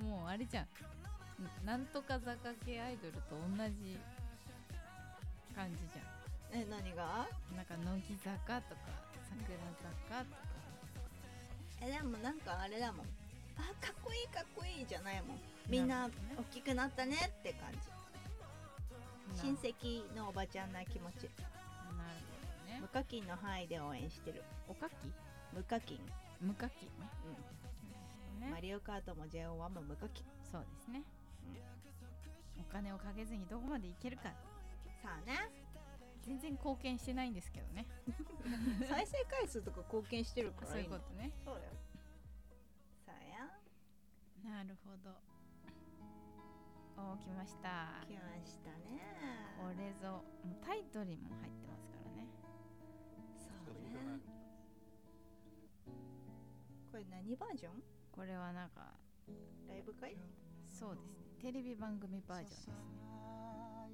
Speaker 1: に
Speaker 2: もうあれじゃんななんとか坂系アイドルと同じ感じじゃ
Speaker 1: え何が
Speaker 2: んなんか乃木坂とか桜坂とか
Speaker 1: えでもなんかあれだもんあかっこいいかっこいいじゃないもんみんな
Speaker 2: るほど
Speaker 1: 大
Speaker 2: ね
Speaker 1: きくなったねって感じ親戚のおばちゃんな気持ち
Speaker 2: なるほどね
Speaker 1: 無課金の範囲で応援してる
Speaker 2: おかき
Speaker 1: 無課金
Speaker 2: 無課金ね
Speaker 1: うん
Speaker 2: ね
Speaker 1: マリオカートも JO1 も無課金
Speaker 2: そうですね、お金をかけずにどこまでいけるか
Speaker 1: さあね
Speaker 2: 全然貢献してないんですけどね
Speaker 1: 再生回数とか貢献してるから
Speaker 2: そうい
Speaker 1: いう
Speaker 2: ことね
Speaker 1: とそうだよさあや
Speaker 2: なるほどおー来ました
Speaker 1: 来ましたね
Speaker 2: これぞもうタイトルも入ってますからね
Speaker 1: これ何バージョン
Speaker 2: これはなんか
Speaker 1: ライブ会
Speaker 2: そうですねテレビ番組バージョンですね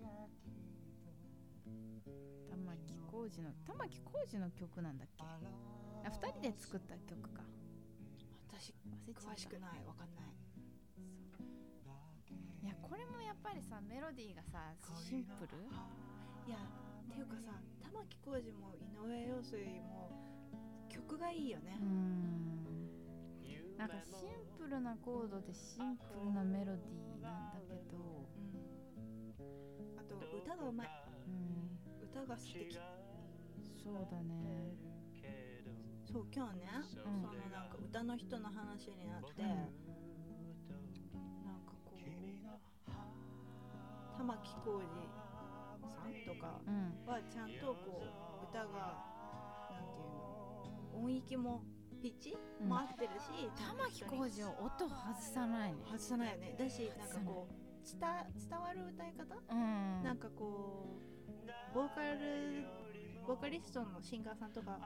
Speaker 2: 玉置浩二の玉置浩二の曲なんだっけあ2人で作った曲か
Speaker 1: 私
Speaker 2: 忘れちゃった
Speaker 1: 詳しくないわかんない
Speaker 2: いやこれもやっぱりさメロディーがさシンプル
Speaker 1: いやっていうかさ玉置浩二も井上陽水も曲がいいよね
Speaker 2: う、んなんかシンプルなコードでシンプルなメロディーなんだけど
Speaker 1: うんあと歌がうまい
Speaker 2: うん
Speaker 1: 歌が素敵
Speaker 2: そうだね
Speaker 1: そう今日ね、
Speaker 2: うん
Speaker 1: そのなんか歌の人の話になって、なんかこう玉置浩二さんとか
Speaker 2: うん
Speaker 1: はちゃんとこう歌がなんていうの音域もピッチ
Speaker 2: うん
Speaker 1: も合ってるし、
Speaker 2: 玉置浩二は音外さないね
Speaker 1: 外さないよねだしなんかこう伝伝わる歌い方
Speaker 2: うん
Speaker 1: なんかこうボーカルボーカリストのシンガーさんとか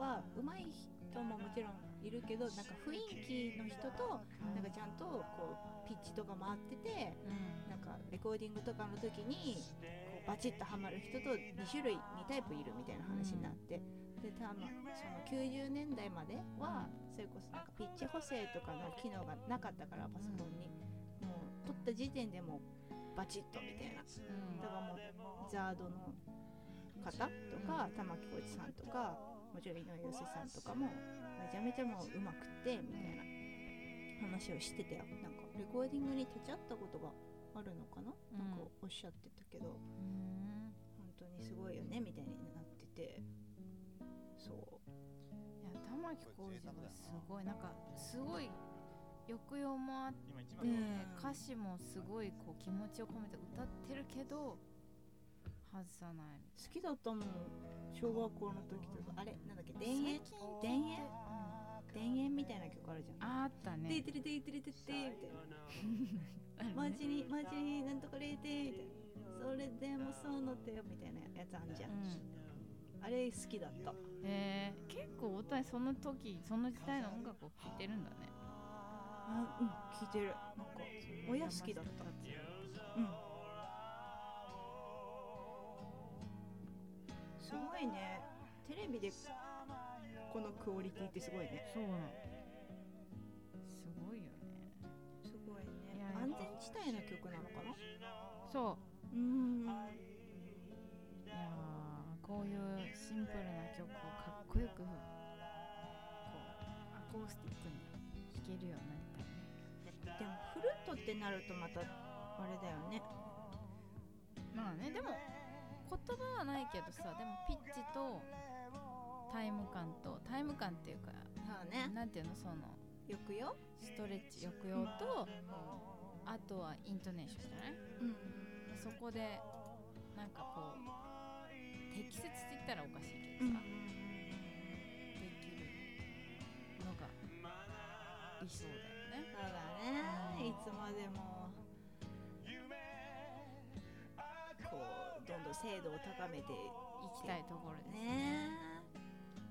Speaker 1: は上手い人ももちろんいるけどなんか雰囲気の人となんかちゃんとこうピッチとか回ってて
Speaker 2: うん
Speaker 1: なんかレコーディングとかの時にこうバチッとハマる人と2種類2タイプいるみたいな話になってで多分その90年代まではそれこそなんかピッチ補正とかの機能がなかったからパソコンにもう撮った時点でもうバチッとみたいな。
Speaker 2: うん
Speaker 1: だからもうザードの方とか玉置浩二さんとかもちろん井上陽水さんとかもめちゃめちゃもううまくってみたいな話をしてたよなんかレコーディングに立ち会ったことがあるのかな、
Speaker 2: うん
Speaker 1: なんかおっしゃってたけど
Speaker 2: うん
Speaker 1: 本当にすごいよねみたいになっててそう
Speaker 2: いや玉置浩二はすごいなんかすごい抑揚もあって歌詞もすごいこう気持ちを込めて歌ってるけど外さない
Speaker 1: 好きだったもん小学校の時とかあれなんだっけ田園
Speaker 2: 最近
Speaker 1: 田園田園みたいな曲あるじゃん
Speaker 2: あった
Speaker 1: 「てい
Speaker 2: ね
Speaker 1: てれていてれてって」みたいな。
Speaker 2: ある
Speaker 1: マ
Speaker 2: ね
Speaker 1: ジにマジになんとか0点みたいなそれでもそうの手よみたいなやつあんじゃん、あれ好きだった
Speaker 2: うんえー結構大谷その時その時代の音楽を聴いてるんだね
Speaker 1: あうん聞いてるなんか親好きだったうんすごいねテレビでこのクオリティってすごいね
Speaker 2: そうなのすごいよね
Speaker 1: すごい
Speaker 2: い
Speaker 1: ね
Speaker 2: や
Speaker 1: 安全地帯の曲なのかな
Speaker 2: そう
Speaker 1: ーん
Speaker 2: ういやーこういうシンプルな曲をかっこよくこうアコースティックに弾けるようになったね
Speaker 1: でもフルートってなるとまたあれだよね
Speaker 2: まあねでも言葉はないけどさでもピッチとタイム感とタイム感っていうか
Speaker 1: そうね
Speaker 2: なんていうのその
Speaker 1: よくよ
Speaker 2: ストレッチ抑揚とあとはイントネーションじゃない
Speaker 1: うん
Speaker 2: そこでなんかこう適切って言ったらおかしいけ
Speaker 1: う
Speaker 2: ど
Speaker 1: ん
Speaker 2: さ、できるのが理想だよね
Speaker 1: そうだねいつまでもこうどんどん精度を高めて
Speaker 2: 行きたいところです
Speaker 1: ね
Speaker 2: ね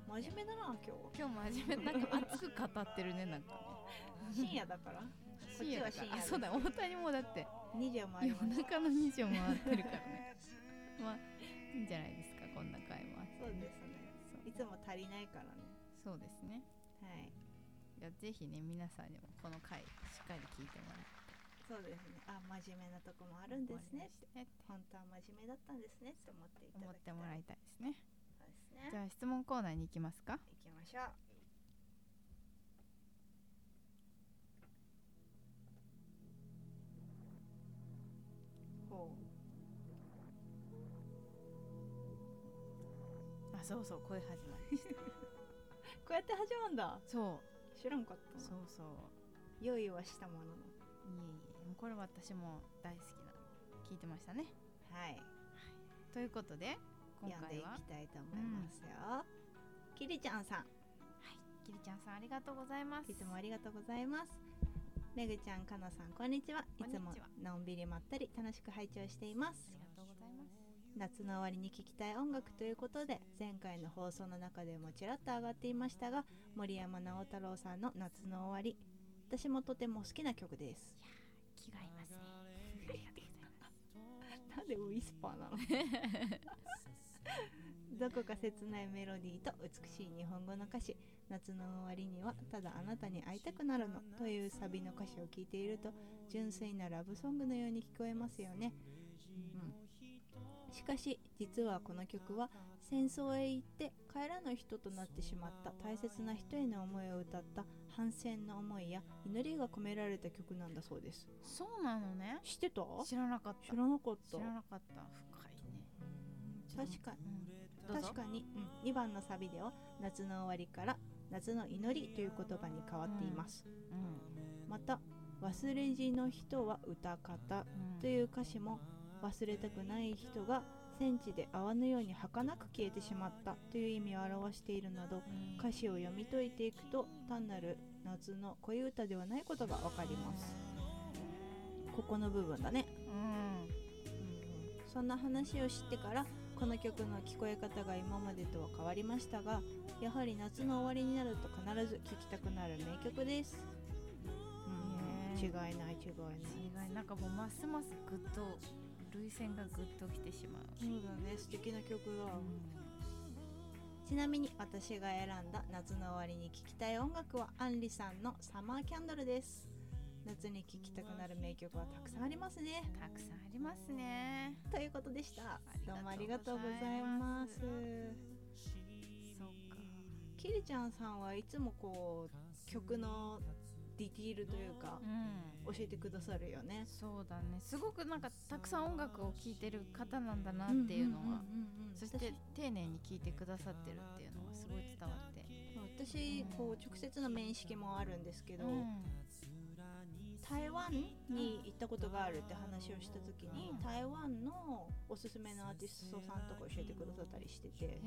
Speaker 1: 真面目だな今
Speaker 2: 今日真面目なんか熱く語ってるねなん (laughs) かね
Speaker 1: 日深夜だからこっちは深夜
Speaker 2: あそうだ大谷もだって
Speaker 1: 2時を回り
Speaker 2: 夜
Speaker 1: ました
Speaker 2: 中の2時を回ってるから (laughs) ねまあいいんじゃないですかこんな回もあって
Speaker 1: そうですねいつも足りないからね
Speaker 2: そうそうですね
Speaker 1: はい
Speaker 2: いやぜひね皆さんにもこの回しっかり聞いてもらって
Speaker 1: そうですねあ真面目なとこもあるんですねって
Speaker 2: ねって
Speaker 1: 本当は真面目だったんですねって思っていただ
Speaker 2: 思っ
Speaker 1: き
Speaker 2: てもら
Speaker 1: い
Speaker 2: いたいですね
Speaker 1: そうです
Speaker 2: じ
Speaker 1: ね
Speaker 2: ゃあ質問コーナーに行きますか
Speaker 1: 行きましょうほう
Speaker 2: あそうそうこういう始まりでした
Speaker 1: こうやって始まるんだ
Speaker 2: そ
Speaker 1: 知らんかっ
Speaker 2: う
Speaker 1: た
Speaker 2: そう
Speaker 1: な
Speaker 2: そう
Speaker 1: 用意はしたものの
Speaker 2: いえいえもうこれ私も大好きな聞いてましたね
Speaker 1: はい
Speaker 2: ということで今
Speaker 1: 読んでい
Speaker 2: 回
Speaker 1: き
Speaker 2: は
Speaker 1: たいと思いますよ、きりちゃんさん
Speaker 2: きりちゃんさんありがとうございます
Speaker 1: いつもありがとうございますめぐちゃんかなさんこんにちは
Speaker 2: こんにちはい
Speaker 1: つものんびりまったり楽しく拝聴しています
Speaker 2: ありがとうございます
Speaker 1: 夏の終わりに聴きたい音楽ということで前回の放送の中でもちらっと上がっていましたが森山直太朗さんの「夏の終わり」私もとても好きな曲です
Speaker 2: 気が合いますねありがとうございます
Speaker 1: なんでウィスパーなの (laughs) どこか切ないメロディーと美しい日本語の歌詞「夏の終わりにはただあなたに会いたくなるの」というサビの歌詞を聴いていると純粋なラブソングのように聞こえますよね、うん、しかし実はこの曲は戦争へ行って帰らぬ人となってしまった大切な人への思いを歌った反戦の思いや祈りが込められた曲なんだそうです
Speaker 2: そうなのね
Speaker 1: 知ってた
Speaker 2: 知らなかった
Speaker 1: 知らなかっ
Speaker 2: 知
Speaker 1: た
Speaker 2: らなかった深いね
Speaker 1: 確かに
Speaker 2: うんどうぞ
Speaker 1: 確かに、うん、2番のサビでは「夏の終わり」から「夏の祈り」という言葉に変わっています、
Speaker 2: うん
Speaker 1: また「忘れじの人は歌方」
Speaker 2: うん
Speaker 1: という歌詞も忘れたくない人が戦地で泡のように儚く消えてしまったという意味を表しているなど
Speaker 2: うん
Speaker 1: 歌詞を読み解いていくと単なる夏の恋歌ではないことがわかりますここの部分だね
Speaker 2: うん
Speaker 1: そんな話を知ってからこの曲の聞こえ方が今までとは変わりましたがやはり夏の終わりになると必ず聴きたくなる名曲です、うん、
Speaker 2: ねえ
Speaker 1: 違いない違いない
Speaker 2: 意外なんかもうますますぐっと涙腺がぐっときてしまう、
Speaker 1: そうだね素敵な曲だ
Speaker 2: うん
Speaker 1: ちなみに私が選んだ夏の終わりに聴きたい音楽はアンリさんの「サマーキャンドル」です夏に聴きたくなる名曲はたくさんありますね
Speaker 2: たくさんありますね
Speaker 1: ということでしたどうもあ
Speaker 2: あ
Speaker 1: り
Speaker 2: り
Speaker 1: が
Speaker 2: が
Speaker 1: と
Speaker 2: と
Speaker 1: う
Speaker 2: う
Speaker 1: ご
Speaker 2: ご
Speaker 1: ざ
Speaker 2: ざ
Speaker 1: い
Speaker 2: い
Speaker 1: ま
Speaker 2: ますすそうか
Speaker 1: キリちゃんさんはいつもこう曲のディティールというか
Speaker 2: うん
Speaker 1: 教えてくださるよね。
Speaker 2: そうだねすごくなんかたくさん音楽を聴いてる方なんだなっていうのは、
Speaker 1: んうんうんうん
Speaker 2: そして丁寧に聴いてくださってるっていうのがすごい伝わって、
Speaker 1: 私私こう直接の面識もあるんですけど、
Speaker 2: うん
Speaker 1: 台湾に行ったことがあるって話をした時に
Speaker 2: うん
Speaker 1: 台湾のおすすめのアーティストさんとか教えてくださったりしてて、
Speaker 2: へ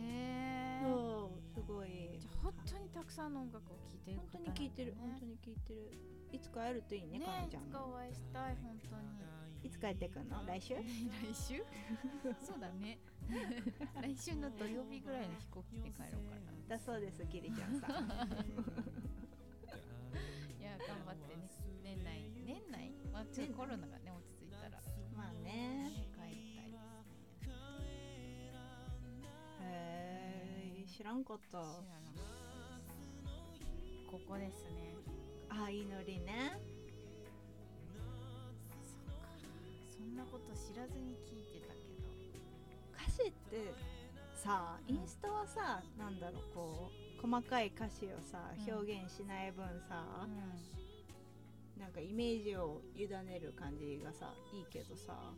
Speaker 2: え
Speaker 1: そうすごい
Speaker 2: じゃあ本当にたくさんの音楽を聴いてる
Speaker 1: 本
Speaker 2: 方
Speaker 1: 当
Speaker 2: な
Speaker 1: に
Speaker 2: んだね
Speaker 1: 聴いてる本当に聴いてる。いつか会えるといいね、
Speaker 2: ね
Speaker 1: かの
Speaker 2: い
Speaker 1: ちゃん
Speaker 2: つか
Speaker 1: も。
Speaker 2: お会いしたい本当に
Speaker 1: (laughs) いつ帰ってくんの？来週？
Speaker 2: 来週そうだね (laughs) 来週の土曜日ぐらいの飛行機で帰ろうかな
Speaker 1: だそうです、キリちゃん
Speaker 2: (laughs)
Speaker 1: さん。
Speaker 2: いや頑張ってね年内年内、まあ、ちょっとコロナがね落ち着いたら
Speaker 1: まあね。
Speaker 2: 帰りたいですね
Speaker 1: へえ知らんかった
Speaker 2: 知らなかったここですね
Speaker 1: あいいのりね
Speaker 2: そっかそんなこと知らずに聞いてたけど
Speaker 1: 歌詞ってさインスタはさなんだろうこう細かい歌詞をさ
Speaker 2: うん
Speaker 1: 表現しない分さ
Speaker 2: う、ん
Speaker 1: なんかイメージを委ねる感じがさいいけどさ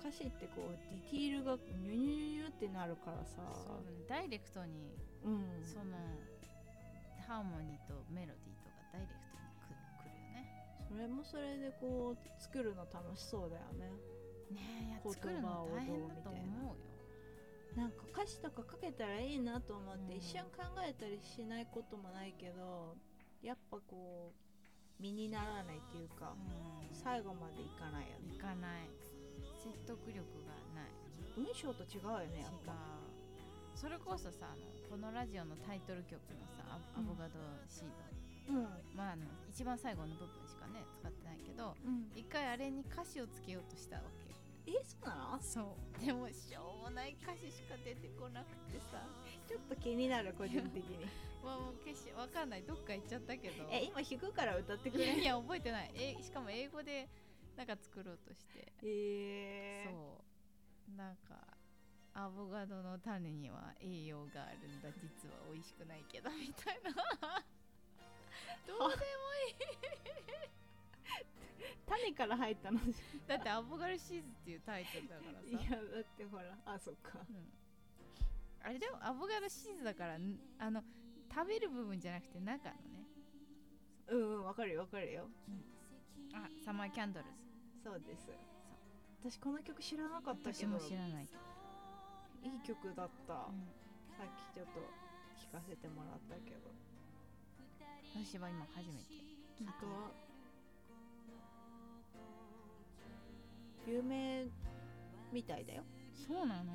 Speaker 1: 歌詞ってこうディティールがニュニュニュニュってなるからさ
Speaker 2: そうだねダイレクトに
Speaker 1: うん
Speaker 2: そのハーモニーとメロディーとかダイレクトにくくるよね
Speaker 1: それもそれでこう作るの楽しそうだよね
Speaker 2: ねえいや
Speaker 1: 言葉
Speaker 2: 作るの大変だ
Speaker 1: をど
Speaker 2: と
Speaker 1: うみたい
Speaker 2: 思うよ
Speaker 1: なんか歌詞とかかけたらいいなと思って
Speaker 2: うん
Speaker 1: 一瞬考えたりしないこともないけどやっぱこう身にならないっていうか
Speaker 2: う
Speaker 1: 最後までいかないよね
Speaker 2: んいかない説得力がない
Speaker 1: 文章と違うよね
Speaker 2: 違
Speaker 1: や
Speaker 2: う
Speaker 1: っぱ
Speaker 2: それこそさあのこのラジオのタイトル曲のさ「ア
Speaker 1: うん
Speaker 2: ボガドシード」
Speaker 1: うん
Speaker 2: まああの一番最後の部分しかね使ってないけど
Speaker 1: うん
Speaker 2: 一回あれに歌詞をつけようとしたわけよ
Speaker 1: えそうなの
Speaker 2: そうでもしょうもない歌詞しか出てこなくてさ
Speaker 1: ちょっと気になる個人的に
Speaker 2: まあもう決してわかんないどっか行っちゃったけど
Speaker 1: え今弾くから歌ってく
Speaker 2: いや
Speaker 1: (laughs) れ
Speaker 2: いや覚えてないえしかも英語でなんか作ろうとして、
Speaker 1: えー、
Speaker 2: そうなんかアボカドの種には栄養があるんだ実は美味しくないけどみたいなど (laughs) うで
Speaker 1: 種から入ったのい
Speaker 2: だって「アボガルシーズ」っていうタイトルだから
Speaker 1: や
Speaker 2: さ、
Speaker 1: だってほらあそっか
Speaker 2: うん、あれでもアボガルシーズだからんあの食べる部分じゃなくて中のね
Speaker 1: うんうんわかるよわかるよ
Speaker 2: あサマーキャンドルズ
Speaker 1: そうです私この曲知らなかったけ
Speaker 2: 私
Speaker 1: ど
Speaker 2: も知らないけど、
Speaker 1: いい曲だった、
Speaker 2: うん
Speaker 1: さっきちょっと聞かせてもらったけど
Speaker 2: 私は今初めて
Speaker 1: 本当は有名みたいだよ
Speaker 2: そうそうなの、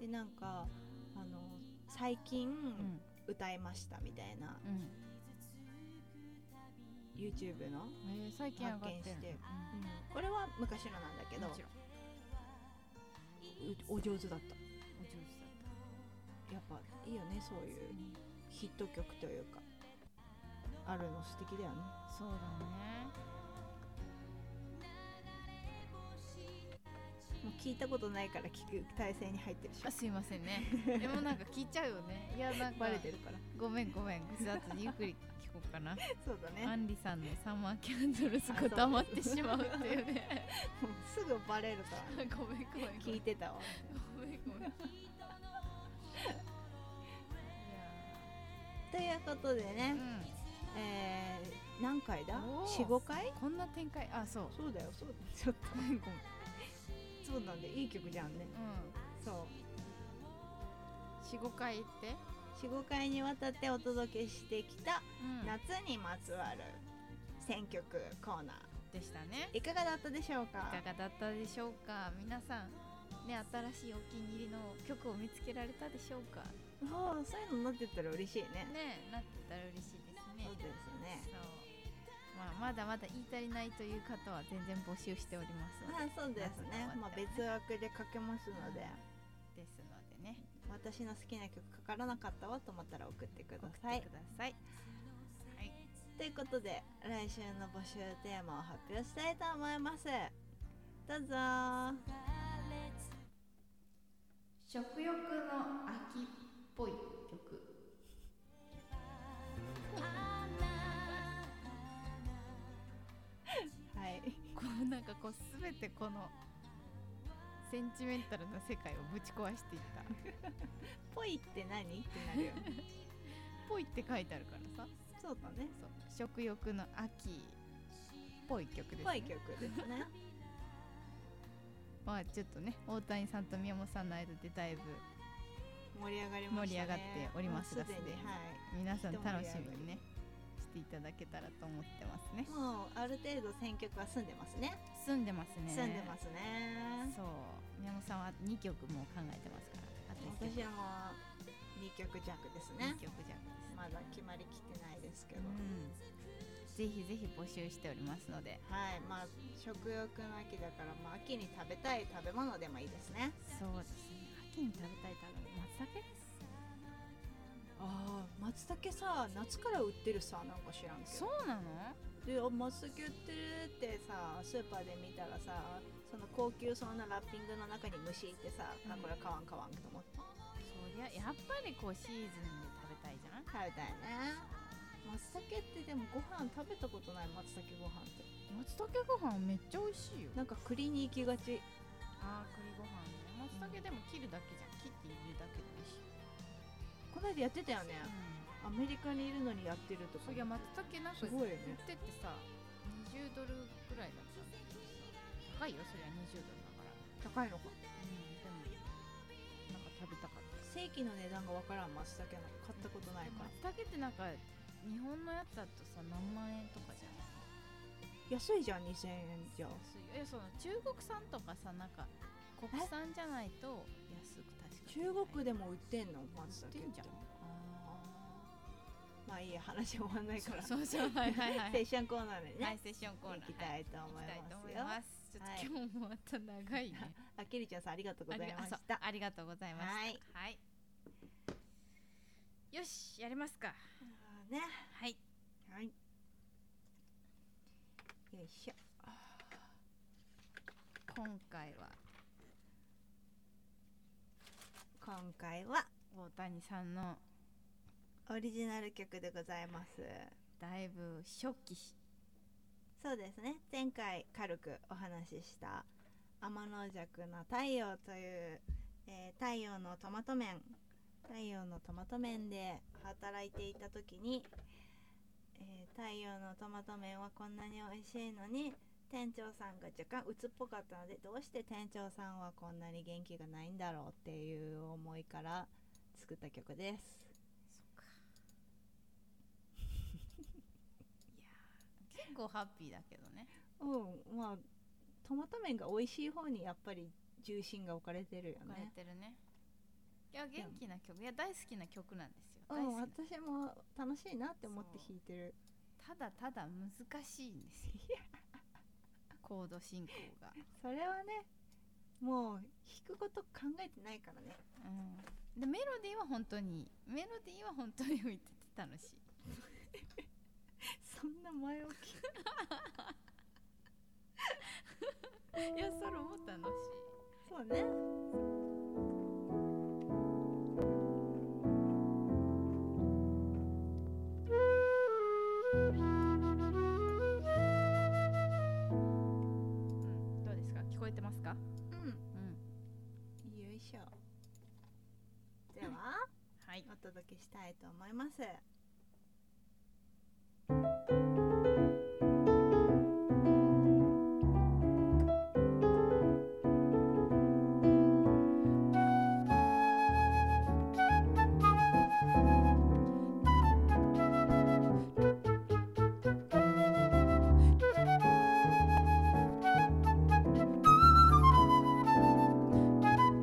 Speaker 1: でなんかあの最近
Speaker 2: うん
Speaker 1: 歌いましたみたいな、
Speaker 2: うん、
Speaker 1: YouTube の、
Speaker 2: えー最近上がってる
Speaker 1: 発見して
Speaker 2: う
Speaker 1: これは昔のなんだけ
Speaker 2: ん
Speaker 1: ど
Speaker 2: もちろん
Speaker 1: うお上手だった
Speaker 2: お上手だっ
Speaker 1: やっぱいいよねそういうヒット曲というかあるの素敵だよね
Speaker 2: たそうだ (laughs) ね
Speaker 1: もう聞いたことないから聞く体制に入ってるし
Speaker 2: あすいませんねでもなんか聞いちゃうよねいやなんか
Speaker 1: バレてるから
Speaker 2: ごめんごめんじゃあ後でゆっくり聞こう (laughs) かな
Speaker 1: そうだ
Speaker 2: ア
Speaker 1: ね
Speaker 2: ンリさんのサマーキャンドルす
Speaker 1: あ
Speaker 2: ご
Speaker 1: そ
Speaker 2: いう黙ってしまうっていう (laughs) ね
Speaker 1: もうすぐバレるから
Speaker 2: ごめんごめんごめん
Speaker 1: 聞いてたわ
Speaker 2: ごめんごめん (laughs) い
Speaker 1: ということで
Speaker 2: や
Speaker 1: ね、
Speaker 2: う
Speaker 1: えー何回だ
Speaker 2: おー
Speaker 1: 45回
Speaker 2: んこんな展開あそう
Speaker 1: そうだよそうだよちょっ
Speaker 2: ごめんごめん
Speaker 1: とそうなんでいい曲じゃんね
Speaker 2: う
Speaker 1: そ
Speaker 2: ん45回行って
Speaker 1: う45回にわたってお届けしてきた
Speaker 2: うん
Speaker 1: 夏にまつわる選曲コーナ
Speaker 2: でしたね
Speaker 1: ーいかがだったでしょうか
Speaker 2: いかがだったでしょうか皆さんね新しいお気に入りの曲を見つけられたでしょうか
Speaker 1: もうそういうのなってったら嬉しいね
Speaker 2: ねなってたら嬉しいですね
Speaker 1: そうですね
Speaker 2: そうまあまだまだ言い足りないという方は全然募集しておりますの
Speaker 1: まあそうですね
Speaker 2: あそう
Speaker 1: まあ別枠でかけますので
Speaker 2: でですのでね
Speaker 1: 私の好きな曲かからなかったわと思ったら送ってくだ
Speaker 2: 送っ
Speaker 1: さい
Speaker 2: てくださいはい
Speaker 1: ということで来週の募集テーマを発表したいと思いますどうぞ
Speaker 2: 食欲の秋っぽい曲
Speaker 1: はい
Speaker 2: こうなんかこう全てこのセンチメンタルな世界をぶち壊していった「
Speaker 1: ぽいって何ってなるよ
Speaker 2: ぽい」って書いてあるからさ
Speaker 1: そうだね
Speaker 2: そう食欲の秋っぽい曲です、ね、
Speaker 1: ぽい曲ですね
Speaker 2: まあちょっとね大谷さんと宮本さんの間でだいぶ
Speaker 1: 盛り上がりましたね
Speaker 2: 盛り上がっておりますが
Speaker 1: もうすでに
Speaker 2: すでに
Speaker 1: はい
Speaker 2: 皆さん楽しみにねしていただけたらと思ってますね
Speaker 1: もうある程度選曲は済んでますね
Speaker 2: 住んでますね
Speaker 1: 済んでますね
Speaker 2: そう宮本さんは2曲もう考えてますからあと1
Speaker 1: 私
Speaker 2: 曲
Speaker 1: はもう2曲弱ですね
Speaker 2: 2曲じゃなです、
Speaker 1: まだ決まりきってないですけ
Speaker 2: う
Speaker 1: ど、
Speaker 2: ん、ぜひぜひ募集しておりますので
Speaker 1: はいまあ食欲の秋だから、まあ、秋に食べたい食べ物でもいいですね
Speaker 2: そうですね秋に食べたい食べ物松茸
Speaker 1: ああ松茸さ夏から売ってるさなんか知らんけど
Speaker 2: うなの
Speaker 1: であ松茸売ってるってさスーパーで見たらさその高級そうなラッピングの中に虫いてさ、あ
Speaker 2: うん
Speaker 1: これ買わん買わんと思って
Speaker 2: そりゃやっぱりこうシーズンで食べたいじゃん
Speaker 1: 食べたいね松茸ってでもご飯食べたことない松茸ご飯って
Speaker 2: 松茸ご飯めっちゃ美味しいよ
Speaker 1: なんか栗に行きがち
Speaker 2: あー栗ご飯ね松茸でも切るだけじゃん切って入れるだけで美味しい、
Speaker 1: この間やってたよねアメリカにいるのにやってるとか
Speaker 2: そういや松茸なんか
Speaker 1: すごいよ
Speaker 2: 売
Speaker 1: ね
Speaker 2: ってってさ20ドルぐらいだったんだけどさ高いよそりゃ20ドルだ
Speaker 1: 高い
Speaker 2: から
Speaker 1: のか
Speaker 2: うんでもなんか食べたかった
Speaker 1: 正規の値段がわからん松茸の買ったことないから
Speaker 2: 松茸ってなんか日本のやつだとさ何万円とかじゃない
Speaker 1: 安いじゃん2000円じゃん
Speaker 2: 安いよえその中国産とかさなんか国産じゃないと安く確
Speaker 1: 中国
Speaker 2: かで
Speaker 1: でも売ってんの松茸
Speaker 2: 売ってんじゃん
Speaker 1: まあいいや話終わんないから
Speaker 2: そうそうはいはいは
Speaker 1: (laughs)
Speaker 2: い
Speaker 1: セッションコーナーで
Speaker 2: はい
Speaker 1: ね、
Speaker 2: セッションコーナー
Speaker 1: 行きたいと思い
Speaker 2: はい行きたいと
Speaker 1: ま
Speaker 2: 思
Speaker 1: す
Speaker 2: い
Speaker 1: よ
Speaker 2: ますちょっと今日もまた長いね
Speaker 1: あきりちゃんさんありがとうご
Speaker 2: あ
Speaker 1: ざ
Speaker 2: り
Speaker 1: い
Speaker 2: が
Speaker 1: まし
Speaker 2: そう
Speaker 1: た
Speaker 2: ありがとうございました
Speaker 1: はい
Speaker 2: はいよしやりますか
Speaker 1: ね
Speaker 2: はい
Speaker 1: はいよいしょ
Speaker 2: 今回は
Speaker 1: 今回は
Speaker 2: 大谷さんの
Speaker 1: オリジナル曲でございます
Speaker 2: だいぶ初期し
Speaker 1: そうですね前回軽くお話しした「天の弱の太陽」という、えー太陽のトマト麺太陽のトマト麺で働いていた時に、えー太陽のトマト麺はこんなに美味しいのに店長さんが若干鬱っぽかったのでどうして店長さんはこんなに元気がないんだろうっていう思いから作った曲です。
Speaker 2: そっかいやー結構ハッピーだけどね
Speaker 1: うんまあトマト麺が美味しい方にやっぱり重心が置かれてるよ
Speaker 2: こうやっ
Speaker 1: ね。
Speaker 2: てるねいや元気な曲いや大好きな曲なんですよ
Speaker 1: う
Speaker 2: 大
Speaker 1: ん、
Speaker 2: 好きな
Speaker 1: 私も楽しいなって思って
Speaker 2: そう
Speaker 1: 弾いてる。
Speaker 2: ただただ難しいんですよコード進行が、
Speaker 1: それはね、もう弾くこと考えてないからね。 (laughs)
Speaker 2: うん、でメロディーは本当にいいメロディーは本当に浮いてて楽しい
Speaker 1: そんな前置き。
Speaker 2: いやソロも楽しい
Speaker 1: そうね。
Speaker 2: うんどうですか聞こえてますか
Speaker 1: う
Speaker 2: うん
Speaker 1: ん。よいしょ。では、
Speaker 2: はい
Speaker 1: お届けしたいと思います。
Speaker 2: 「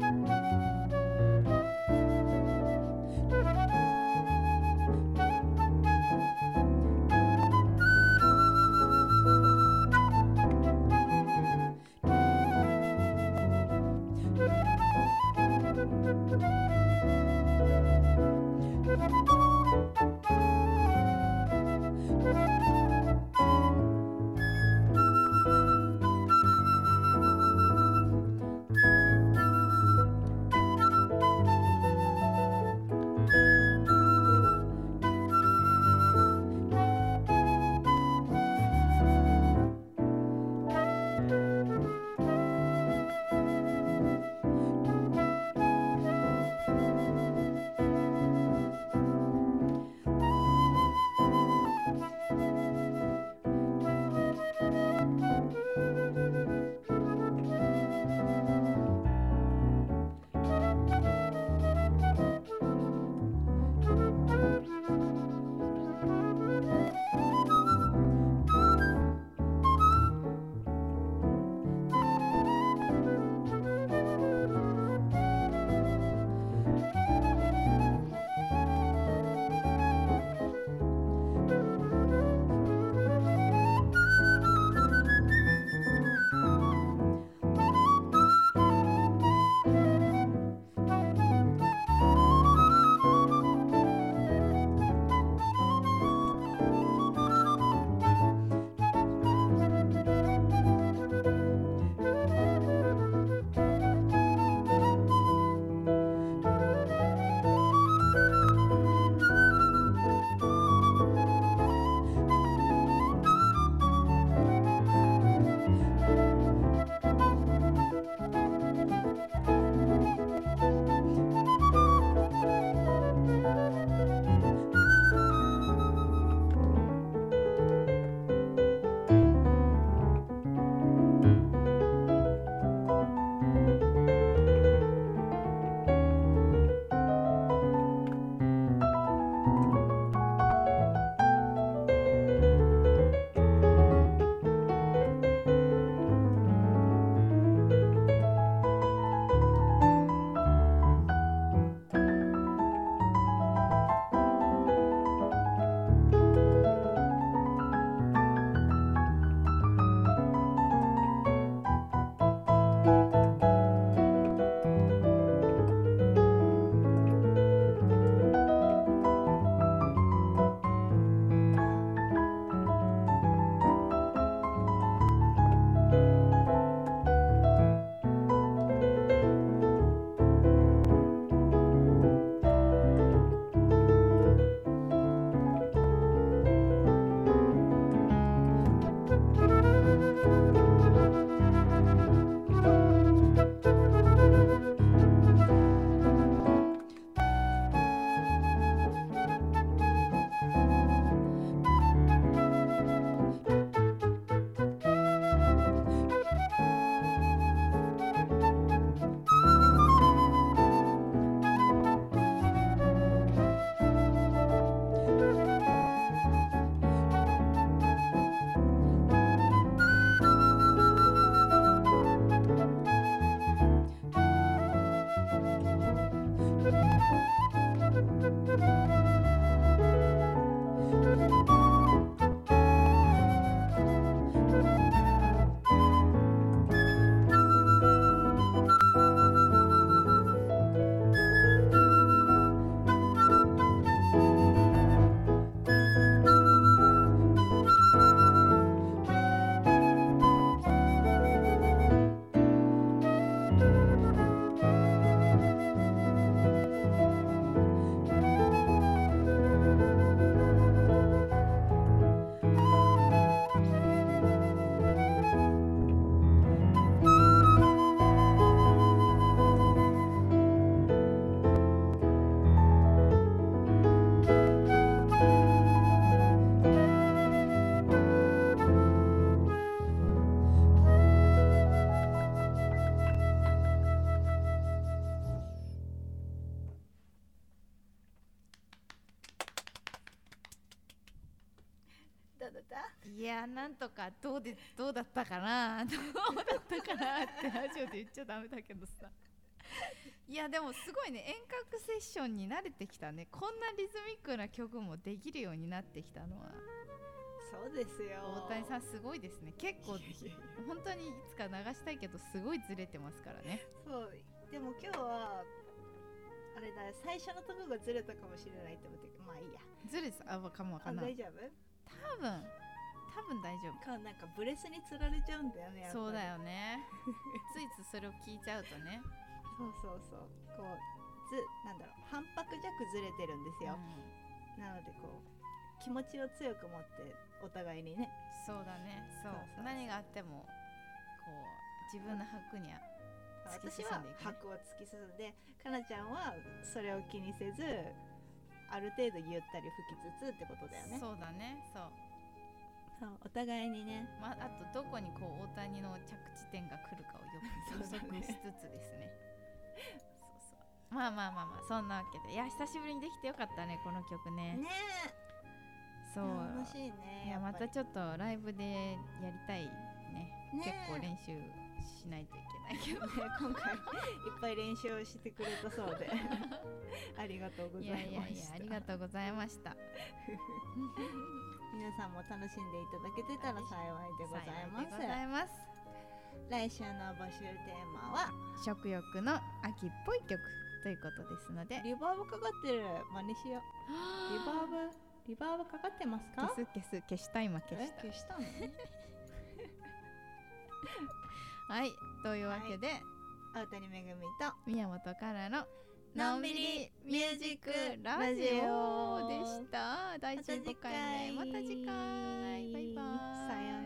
Speaker 1: だった
Speaker 2: いやなんとかどうでどうだったかな (laughs) どうだったかなってラジオで言っちゃダメだけどさいやでもすごいね遠隔セッションに慣れてきたねこんなリズミックな曲もできるようになってきたのは
Speaker 1: そうですよ
Speaker 2: 大谷さんすごいですね結構
Speaker 1: いやいやいや
Speaker 2: 本当にいつか流したいけどすごいずれてますからね
Speaker 1: そうでも今日はあれだ最初のとこがずれたかもしれないって思ってまあいいや
Speaker 2: ずれてたあわかもわか
Speaker 1: あ
Speaker 2: んない
Speaker 1: 大丈夫
Speaker 2: 多分多分大丈夫
Speaker 1: かなんかブレスにつられちゃうんだよねやっぱり
Speaker 2: そうだよねついついそれを聞いちゃうとね、
Speaker 1: そうそうそうこうずなんだろう反拍弱ずれてるんですよ、
Speaker 2: うん
Speaker 1: なのでこう気持ちを強く持ってお互いにね
Speaker 2: そうだねそう
Speaker 1: そうそうそう
Speaker 2: 何があってもこう自分の白には突き
Speaker 1: 私
Speaker 2: 進
Speaker 1: は
Speaker 2: んでいくね
Speaker 1: 白を突き進んでかなちゃんはそれを気にせずある程度ゆったり吹きつつってことだよね
Speaker 2: そうだねそう、
Speaker 1: そうお互いにね
Speaker 2: まあ、あとどこにこう大谷の着地点が来るかをよく予
Speaker 1: そうだね
Speaker 2: 測しつつですねそうそうまあまあまあまあそんなわけでいや久しぶりにできてよかったねこの曲ね
Speaker 1: ねえ
Speaker 2: そう
Speaker 1: 楽しいね
Speaker 2: いやまた
Speaker 1: ょ
Speaker 2: ちょっとライブでやりたいね
Speaker 1: っと
Speaker 2: 結構練習しないといけないけど
Speaker 1: ね、今回いっぱい練習をしてくれたそう (laughs) でありがと (laughs) うござい
Speaker 2: い
Speaker 1: ま
Speaker 2: や
Speaker 1: した
Speaker 2: いやいやありがとうござい
Speaker 1: (laughs)
Speaker 2: ました
Speaker 1: 皆さんも楽しんでいただけてたら幸いでございます
Speaker 2: 幸でございます
Speaker 1: 来週の募集テーマは
Speaker 2: 食欲の秋っぽい曲ということですので
Speaker 1: リバーブかかってる真似しようリバーブリバーブかかってますか
Speaker 2: 消す消す消した今消し
Speaker 1: え消したの
Speaker 2: (laughs) たはいというわけで、
Speaker 1: 青谷めぐみと
Speaker 2: 宮本からの
Speaker 1: のんびりミュージックラジオ
Speaker 2: でした第15回目また次回バイバ
Speaker 1: さ
Speaker 2: イ
Speaker 1: よ